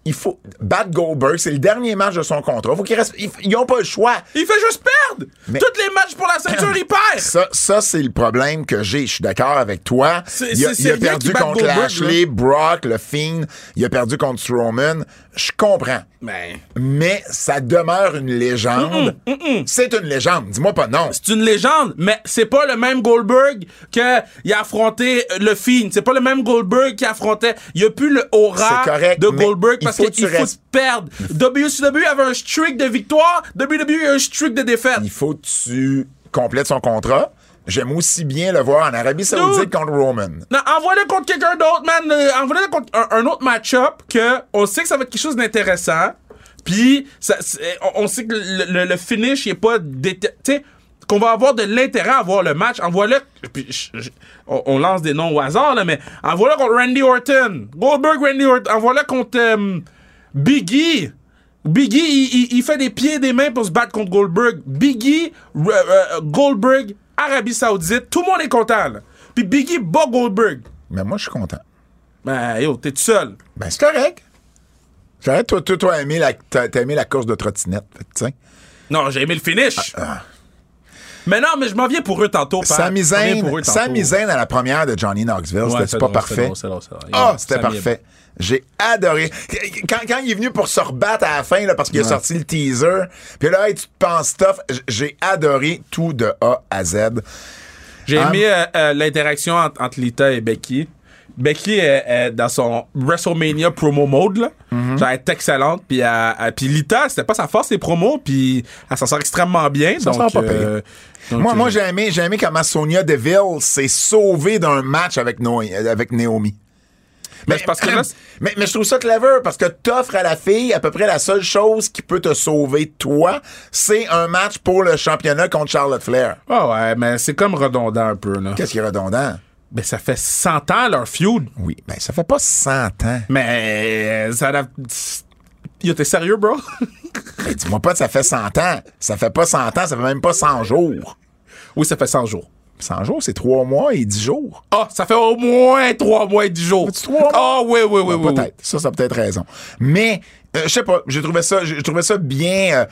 Speaker 2: il faut battre Goldberg. C'est le dernier match de son contrat. Faut qu'il reste. ils- Ils ont pas le choix.
Speaker 3: Il fait juste perdre.
Speaker 2: Mais-
Speaker 3: Toutes les matchs pour la ceinture, il perd.
Speaker 2: Ça, ça c'est le problème que j'ai. Je suis d'accord avec toi.
Speaker 3: C'est-
Speaker 2: il a,
Speaker 3: c'est-
Speaker 2: il a
Speaker 3: c'est bien
Speaker 2: perdu
Speaker 3: qu'il batte
Speaker 2: contre
Speaker 3: Goldberg,
Speaker 2: Lashley, Brock, le Fiend. Il a perdu contre Roman. Je comprends.
Speaker 3: Mais
Speaker 2: Mais ça demeure une légende. C'est une légende. Dis-moi pas non.
Speaker 3: c'est une légende, mais c'est pas le même Goldberg que il a affronté euh, le Fiend. C'est pas le même Goldberg qui affrontait. Il y a plus le aura
Speaker 2: C'est correct,
Speaker 3: de
Speaker 2: mais
Speaker 3: Goldberg
Speaker 2: il
Speaker 3: parce
Speaker 2: faut
Speaker 3: qu'il
Speaker 2: que tu
Speaker 3: faut,
Speaker 2: restes-
Speaker 3: perdre. WCW avait un streak de victoire, WWE a un streak de défaite.
Speaker 2: Il faut que tu complètes son contrat. J'aime aussi bien le voir en Arabie Saoudite contre Roman.
Speaker 3: Non, envoie-le contre quelqu'un d'autre, man. Euh, Envoie-le contre un, un autre match-up que on sait que ça va être quelque chose d'intéressant. Puis, ça, c'est- on, on sait que le, le- le finish, il est pas... déte- Tu sais, qu'on va avoir de l'intérêt à voir le match. Envoie-le... puis je- je- on, on lance des noms au hasard, là, mais envoie-le contre Randy Orton. Goldberg, Randy Orton. Envoie-le contre euh, Biggie. Biggie, il, il- il fait des pieds et des mains pour se battre contre Goldberg. Biggie, euh, Goldberg, Arabie Saoudite, tout le monde est content. Là. Puis Biggie bat Goldberg.
Speaker 2: Mais moi, je suis content.
Speaker 3: Ben, yo, t'es tout seul.
Speaker 2: Ben, c'est correct. C'est correct. Toi, toi, toi, aimé la, t'as t'as aimé la course de trottinette. Fait que, tu sais.
Speaker 3: Non, j'ai aimé le finish. Mais non, mais je m'en viens pour eux tantôt. Pat.
Speaker 2: Ah, Sami
Speaker 3: Je m'en viens
Speaker 2: Zayn,
Speaker 3: pour eux tantôt.
Speaker 2: Sami Zayn à la première de Johnny Knoxville,
Speaker 3: Ouais,
Speaker 2: c'était
Speaker 3: c'est
Speaker 2: pas
Speaker 3: drôle, c'est
Speaker 2: parfait.
Speaker 3: drôle, c'est drôle, c'est drôle.
Speaker 2: Ah,
Speaker 3: Yeah,
Speaker 2: c'était
Speaker 3: Sami est
Speaker 2: parfait. J'ai adoré. Quand, quand il est venu pour se rebattre à la fin, là, parce qu'il a sorti le teaser, puis là, hey, tu te penses tough, J- j'ai adoré tout de A à Z.
Speaker 3: J'ai
Speaker 2: Hein?
Speaker 3: aimé euh, euh, l'interaction entre, entre Lita et Becky. Becky est, est dans son WrestleMania promo mode là.
Speaker 2: Mm-hmm.
Speaker 3: Genre, elle est excellente puis elle- elle- puis Lita, c'était pas sa force les promos puis elle s'en sort extrêmement bien
Speaker 2: Ça
Speaker 3: donc
Speaker 2: sort pas pire.
Speaker 3: donc,
Speaker 2: moi, moi
Speaker 3: euh,
Speaker 2: j'ai aimé, j'ai aimé comment Sonia Deville s'est sauvée d'un match avec, No- avec Naomi.
Speaker 3: Mais c'est parce que là, c'est-
Speaker 2: mais, mais je trouve ça clever parce que t'offres à la fille à peu près la seule chose qui peut te sauver toi, c'est un match pour le championnat contre Charlotte Flair.
Speaker 3: Ah ouais, mais c'est comme redondant un peu là.
Speaker 2: Qu'est-ce qui est redondant?
Speaker 3: Ben ça fait 100 ans leur feud.
Speaker 2: Oui, ben ça fait pas 100 ans.
Speaker 3: Mais euh, ça d'a- Yo, t'es sérieux, bro?
Speaker 2: Ben, dis-moi pas que ça fait 100 ans. Ça fait pas 100 ans, ça fait même pas 100 jours.
Speaker 3: oui, ça fait 100 jours.
Speaker 2: 100 jours, c'est 3 mois et 10 jours.
Speaker 3: Ah, ça fait au moins 3 mois et 10 jours.
Speaker 2: Fais-tu trois mois?
Speaker 3: Ah, oui, oui, oui,
Speaker 2: Ben,
Speaker 3: oui. oui.
Speaker 2: peut-être. Ça, ça a peut-être raison. Mais, euh, je sais pas, j'ai trouvé ça, j'ai trouvé ça bien. euh,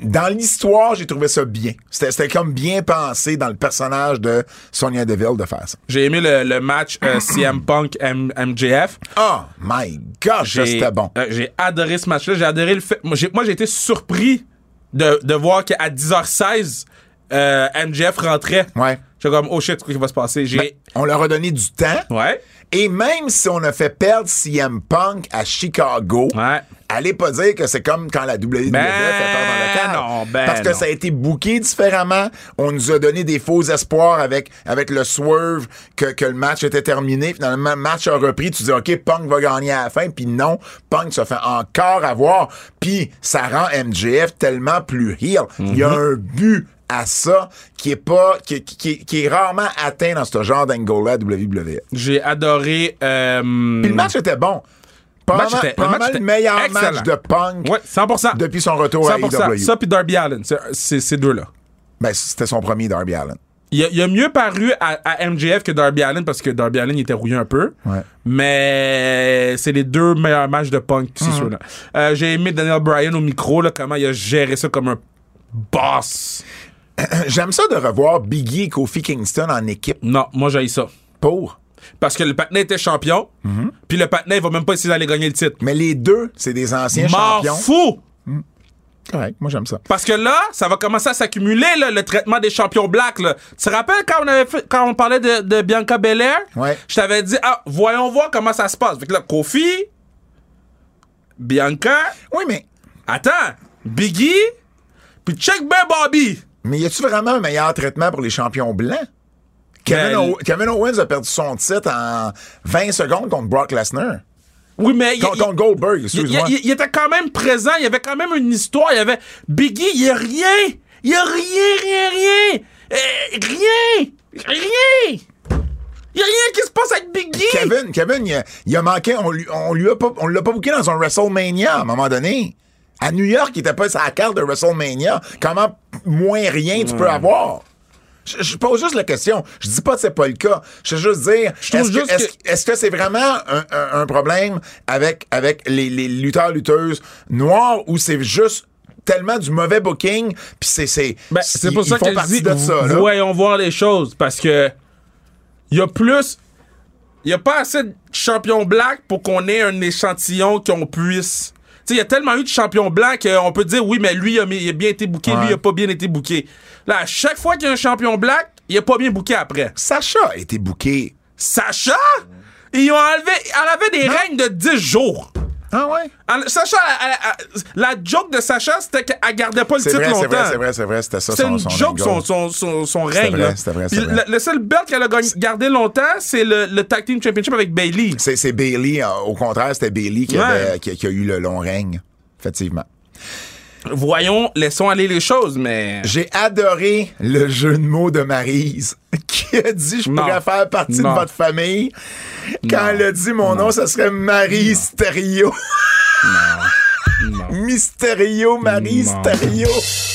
Speaker 2: dans l'histoire, j'ai trouvé ça bien. C'était, c'était comme bien pensé dans le personnage de Sonia Deville de faire ça.
Speaker 3: J'ai aimé le, le match euh, CM Punk M- MJF.
Speaker 2: Oh my gosh, ça,
Speaker 3: Ah! J'ai-
Speaker 2: c'était bon.
Speaker 3: euh, j'ai adoré ce match-là. J'ai adoré le fait. Moi, j'ai, moi, j'ai été surpris de, de voir qu'à 10h16, euh, MJF rentrait.
Speaker 2: Ouais. Ben,
Speaker 3: J'étais comme, oh shit, qu'est-ce qui va se passer? J'ai.
Speaker 2: On leur a donné du temps.
Speaker 3: ouais.
Speaker 2: Et même si on a fait perdre CM Punk à Chicago,
Speaker 3: Ouais.
Speaker 2: allez pas dire que c'est comme quand la WWE
Speaker 3: Ben
Speaker 2: fait peur dans le cadre.
Speaker 3: non, ben
Speaker 2: Parce que
Speaker 3: non.
Speaker 2: ça a été booké différemment. On nous a donné des faux espoirs avec, avec le swerve que, que le match était terminé. Finalement, le match a repris. Tu dis, OK, Punk va gagner à la fin. Puis non, Punk se fait encore avoir. Puis ça rend MJF tellement plus heel. Il y a
Speaker 3: Mhm.
Speaker 2: un but à ça qui est pas qui, qui- qui- qui est rarement atteint dans ce genre d'angle-là à WWE.
Speaker 3: J'ai adoré. euh,
Speaker 2: Puis le match était bon.
Speaker 3: Le
Speaker 2: Pas
Speaker 3: match
Speaker 2: mal,
Speaker 3: était- le
Speaker 2: pas
Speaker 3: match
Speaker 2: mal le
Speaker 3: était
Speaker 2: meilleur
Speaker 3: excellent.
Speaker 2: match de Punk
Speaker 3: Ouais, 100%.
Speaker 2: depuis son retour à E
Speaker 3: 100%.
Speaker 2: AEW.
Speaker 3: Ça, puis Darby Allen. c'est- C'est ces deux-là.
Speaker 2: Ben, c'était son premier Darby Allen.
Speaker 3: Il a, il a mieux paru à, à MJF que Darby Allen parce que Darby Allen il était rouillé un peu.
Speaker 2: Ouais.
Speaker 3: Mais c'est les deux meilleurs matchs de punk, c'est sûr. là. Euh, J'ai aimé Daniel Bryan au micro, là, comment il a géré ça comme un boss.
Speaker 2: J'aime ça de revoir Biggie et Kofi Kingston en équipe
Speaker 3: Non, moi j'ai ça.
Speaker 2: pour.
Speaker 3: Parce que le Patna était champion, puis le Patna il va même pas essayer d'aller gagner le titre.
Speaker 2: Mais les deux, c'est des anciens
Speaker 3: M'en
Speaker 2: champions.
Speaker 3: fou!
Speaker 2: Correct, moi j'aime ça.
Speaker 3: Parce que là, ça va commencer à s'accumuler, là, le traitement des champions blacks. là. Tu te rappelles quand on, avait fait- quand on parlait de, de Bianca Belair?
Speaker 2: Ouais.
Speaker 3: Je t'avais dit, ah, voyons voir comment ça se passe. Fait que là, Kofi, Bianca,
Speaker 2: Oui, mais,
Speaker 3: attends, Biggie, puis check ben Bobby.
Speaker 2: mais y a-tu vraiment un meilleur traitement pour les champions blancs? Kevin,
Speaker 3: Ben,
Speaker 2: Ow- Kevin Owens a perdu son titre en 20 secondes contre Brock Lesnar.
Speaker 3: Oui, mais il,
Speaker 2: Contre,
Speaker 3: il-
Speaker 2: contre Goldberg,
Speaker 3: il-
Speaker 2: excuse-moi.
Speaker 3: il- il était quand même présent, il y avait quand même une histoire, il y avait Biggie, il y a rien, il y a rien, rien, rien, Euh, rien, rien. Il y a rien qui se passe avec Biggie.
Speaker 2: Kevin, Kevin, il a, il a manqué, on lui, on lui a pas, on l'a pas booké dans un WrestleMania à un moment donné. À New York, il était pas sur la carte de WrestleMania. Comment moins rien tu
Speaker 3: Hmm.
Speaker 2: peux avoir? Je, je pose juste la question. Je dis pas que c'est pas le cas. Je veux juste dire,
Speaker 3: trouve
Speaker 2: est-ce que,
Speaker 3: juste
Speaker 2: est-ce- est-ce que c'est vraiment un, un- un problème avec, avec les, les lutteurs, lutteuses noirs ou c'est juste tellement du mauvais booking puis c'est, c'est,
Speaker 3: Ben, c'est
Speaker 2: ils-
Speaker 3: pour ça
Speaker 2: ils font
Speaker 3: que je
Speaker 2: partie
Speaker 3: dis,
Speaker 2: de ça, là.
Speaker 3: voyons voir les choses, parce que il y a plus, il y a pas assez de champions blancs pour qu'on ait un échantillon qu'on puisse. Tu sais, il y a tellement eu de champions blancs qu'on peut dire, oui, mais lui, il a, mis- il a bien été booké, lui, il a pas bien été booké. Là, à chaque fois qu'il y a un champion blanc, il a pas bien booké après.
Speaker 2: Sacha a été booké.
Speaker 3: Sacha, ils ont enlevé, elle avait des règnes de 10 jours.
Speaker 2: Ah ouais?
Speaker 3: Elle- Sacha, elle- elle- elle- la joke de Sacha, c'était qu'elle gardait pas le
Speaker 2: C'est
Speaker 3: titre
Speaker 2: vrai, c'est
Speaker 3: longtemps.
Speaker 2: vrai, c'est vrai, c'est vrai, c'était ça
Speaker 3: C'est
Speaker 2: son,
Speaker 3: une
Speaker 2: son
Speaker 3: joke,
Speaker 2: angle.
Speaker 3: son, son, son, son règne.
Speaker 2: vrai,
Speaker 3: là.
Speaker 2: c'était vrai,
Speaker 3: Puis
Speaker 2: c'était vrai.
Speaker 3: Le, le seul belt qu'elle a gagn- gardé longtemps, c'est le, le Tag Team Championship avec Bailey.
Speaker 2: C'est, c'est Bailey, euh, au contraire, c'était Bailey qui,
Speaker 3: Ouais.
Speaker 2: avait- qui- qui a eu le long règne, effectivement.
Speaker 3: Voyons, laissons aller les choses, mais.
Speaker 2: J'ai adoré le jeu de mots de Maryse qui a dit je
Speaker 3: Non.
Speaker 2: pourrais faire partie
Speaker 3: Non.
Speaker 2: de votre famille. Quand
Speaker 3: Non.
Speaker 2: elle a dit mon nom, ça serait Marie Stereo. Mysterio, Marie
Speaker 3: Non.
Speaker 2: Stereo.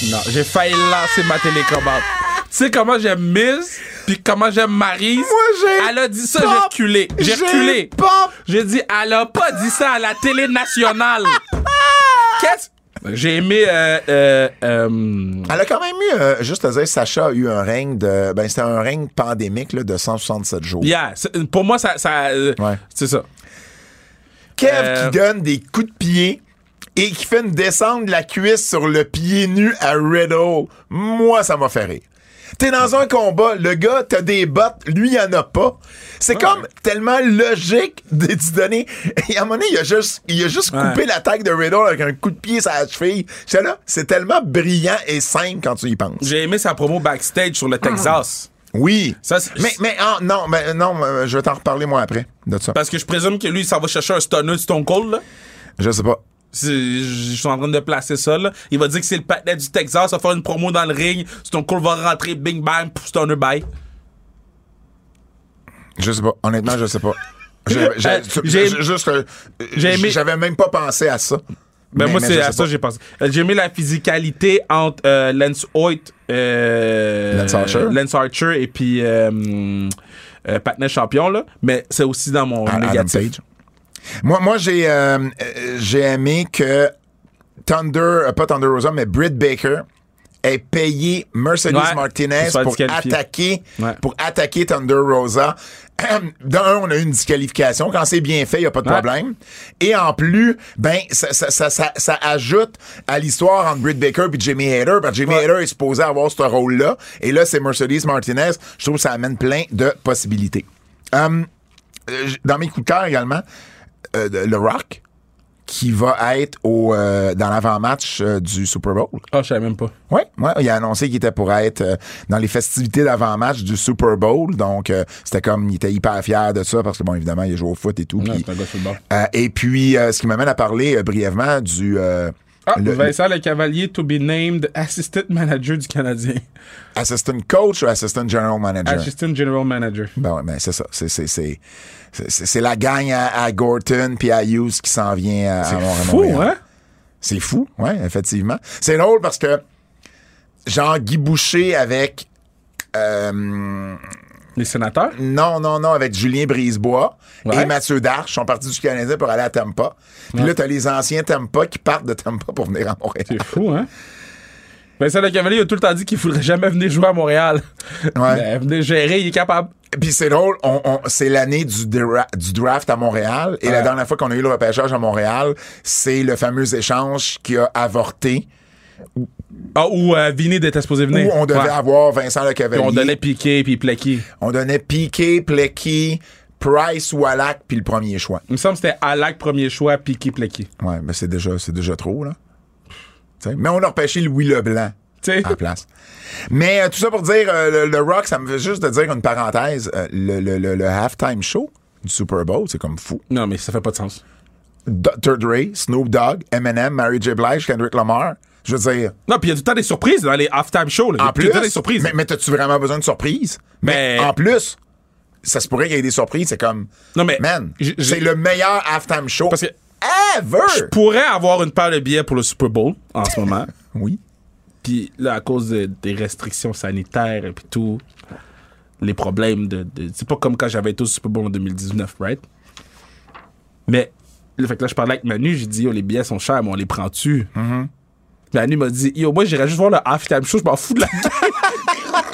Speaker 3: Non, j'ai failli lancer ma télécommande. tu sais comment j'aime Miz, puis comment j'aime Maryse.
Speaker 2: Moi, j'ai
Speaker 3: Elle a dit ça,
Speaker 2: pop.
Speaker 3: j'ai reculé. J'ai
Speaker 2: J'ai
Speaker 3: reculé.
Speaker 2: pop.
Speaker 3: J'ai dit, elle a pas dit ça à la télé nationale. Qu'est-ce. J'ai aimé. Euh, euh, euh,
Speaker 2: Elle a quand même eu, euh, juste à dire, Sacha a eu un règne de. Ben, c'était un règne pandémique là, de 167 jours.
Speaker 3: yeah, c'est- pour moi, ça. ça euh,
Speaker 2: Ouais.
Speaker 3: C'est ça.
Speaker 2: Kev
Speaker 3: Euh,
Speaker 2: qui donne des coups de pied et qui fait une descente de la cuisse sur le pied nu à Riddle. Moi, ça m'a fait rire. T'es dans un combat, le gars, t'as des bottes, lui, il en a pas. C'est
Speaker 3: Ah.
Speaker 2: comme tellement logique de t'y donner. Et à un moment donné, il a juste, il a juste coupé l'attaque de Riddle avec un coup de pied sur la cheville. J'étais là, c'est tellement brillant et simple quand tu y penses.
Speaker 3: J'ai aimé sa promo backstage sur le Texas.
Speaker 2: Oui.
Speaker 3: Ça, c'est-
Speaker 2: mais, mais, ah, non, mais, non, mais je vais t'en reparler moi après de ça.
Speaker 3: Parce que je présume que lui, ça va chercher un stunner de Stone Cold. Là.
Speaker 2: Je sais pas.
Speaker 3: C'est- Je suis en train de placer ça. Là. Il va dire que c'est le patinet du Texas. Ça va faire une promo dans le ring. Stone Cold va rentrer. Bing bang. pouf, Stunner bye.
Speaker 2: Je sais pas. Honnêtement, je sais pas. J'ai- j'ai-
Speaker 3: Euh,
Speaker 2: tu-
Speaker 3: j'ai-
Speaker 2: j'ai- juste, euh,
Speaker 3: j'ai aimé-
Speaker 2: J'avais même pas pensé à ça.
Speaker 3: Ben
Speaker 2: Mais-
Speaker 3: moi,
Speaker 2: mais
Speaker 3: c'est
Speaker 2: je
Speaker 3: à
Speaker 2: sais
Speaker 3: ça
Speaker 2: pas.
Speaker 3: que j'ai pensé. Euh, J'ai aimé la physicalité entre euh, Lance Hoyt, euh,
Speaker 2: Lance Archer.
Speaker 3: Lance Archer et puis euh, hum, euh, Patnais champion. Là. Mais c'est aussi dans mon
Speaker 2: Adam
Speaker 3: négatif.
Speaker 2: Page. Moi, moi j'ai euh, euh, j'ai aimé que Thunder, euh, pas Thunder Rosa, mais Britt Baker ait payé Mercedes
Speaker 3: Ouais,
Speaker 2: Martinez
Speaker 3: pour se faire
Speaker 2: pour
Speaker 3: disqualifier.
Speaker 2: attaquer,
Speaker 3: Ouais.
Speaker 2: pour attaquer Thunder Rosa. D'un, on a eu une disqualification. Quand c'est bien fait, il n'y a pas de
Speaker 3: Ouais.
Speaker 2: problème. Et en plus, ben, ça, ça, ça, ça, ça ajoute à l'histoire entre Britt Baker et Jimmy Hader, parce que Jimmy Hader est supposé avoir ce rôle-là. Et là, c'est Mercedes Martinez. Je trouve que ça amène plein de possibilités. Hum, euh, j- dans mes coups de cœur également, euh, de- le rock. qui va être au, euh, dans l'avant-match euh, du Super Bowl.
Speaker 3: Ah, je savais même pas.
Speaker 2: Oui, ouais, il a annoncé qu'il était pour être euh, dans les festivités d'avant-match du Super Bowl. Donc, euh, c'était comme, il était hyper fier de ça parce que, bon, évidemment, il joue au foot et tout.
Speaker 3: Ah Non,
Speaker 2: puis-
Speaker 3: c'est un gars de football.
Speaker 2: Euh, et puis, euh, ce qui m'amène à parler euh, brièvement du... euh,
Speaker 3: Ah,
Speaker 2: le-
Speaker 3: Vincent Le Cavalier to be named Assistant Manager du Canadien.
Speaker 2: assistant coach ou assistant general manager?
Speaker 3: Assistant General Manager.
Speaker 2: Ben ouais, mais c'est ça. C'est, c'est, c'est, c'est, c'est- c'est la gang à, à Gorton puis à Hughes qui s'en vient euh, à, à Montréal.
Speaker 3: Fou, hein?
Speaker 2: C'est fou, ouais, effectivement. C'est drôle parce que genre Guy Boucher avec euh,
Speaker 3: Les sénateurs?
Speaker 2: non, non, non, avec Julien Brisebois
Speaker 3: Ouais.
Speaker 2: et Mathieu Darche sont partis du Canadien pour aller à Tampa. Puis là, t'as les anciens Tampa qui partent de Tampa pour venir à Montréal.
Speaker 3: C'est fou, hein? Vincent Le Cavalier a tout le temps dit qu'il voudrait jamais venir jouer à Montréal.
Speaker 2: Ouais.
Speaker 3: Mais venir gérer, il est capable.
Speaker 2: Puis c'est drôle, on, on- c'est l'année du, dra- du draft à Montréal. Et la dernière fois qu'on a eu le repêchage à Montréal, c'est le fameux échange qui a avorté
Speaker 3: Ah, ou euh, Vinny était supposé venir.
Speaker 2: où on devait
Speaker 3: Ouais.
Speaker 2: avoir Vincent
Speaker 3: Puis
Speaker 2: Lecavalier.
Speaker 3: on donnait Piqué puis Plecky.
Speaker 2: On donnait Piqué, Plecky, Price, Wallach, puis le premier choix.
Speaker 3: Il me semble que c'était Alak, premier choix, Piqué, Plecky.
Speaker 2: Ouais, mais c'est déjà, c'est déjà trop, là. T'sais, mais on a repêché Louis Leblanc
Speaker 3: Tu sais.
Speaker 2: à la place. Mais euh, tout ça pour dire, euh, le, le Rock, ça me fait juste de dire une parenthèse, euh, le, le- le- le halftime show du Super Bowl, c'est comme fou.
Speaker 3: Non, mais ça fait pas de sens.
Speaker 2: Dr. Dre, Snoop Dogg, Eminem, Mary J. Blige, Kendrick Lamar. Je veux dire,
Speaker 3: Non, puis il y a tout le temps des surprises dans les halftime shows. là. Il y a
Speaker 2: en
Speaker 3: tout
Speaker 2: plus...
Speaker 3: le temps des surprises.
Speaker 2: Mais, mais t'as-tu vraiment besoin de surprises?
Speaker 3: Mais-
Speaker 2: en plus, ça se pourrait qu'il y ait des surprises. C'est comme...
Speaker 3: Non, mais-
Speaker 2: Man,
Speaker 3: j- j-
Speaker 2: c'est le meilleur halftime show
Speaker 3: Parce que- Je
Speaker 2: ever!
Speaker 3: pourrais avoir une paire de billets pour le Super Bowl en ce moment.
Speaker 2: Oui.
Speaker 3: Puis là, à cause de- des restrictions sanitaires et puis tout, les problèmes de. de- c'est pas comme quand j'avais été au Super Bowl en 2019, right? Mais, le fait que là, je parlais avec Manu, j'ai dit, yo, les billets sont chers, mais on les prend-tu?
Speaker 2: Mm-hmm.
Speaker 3: Manu m'a dit, yo, moi, j'irais juste voir le halftime show, je m'en fous de la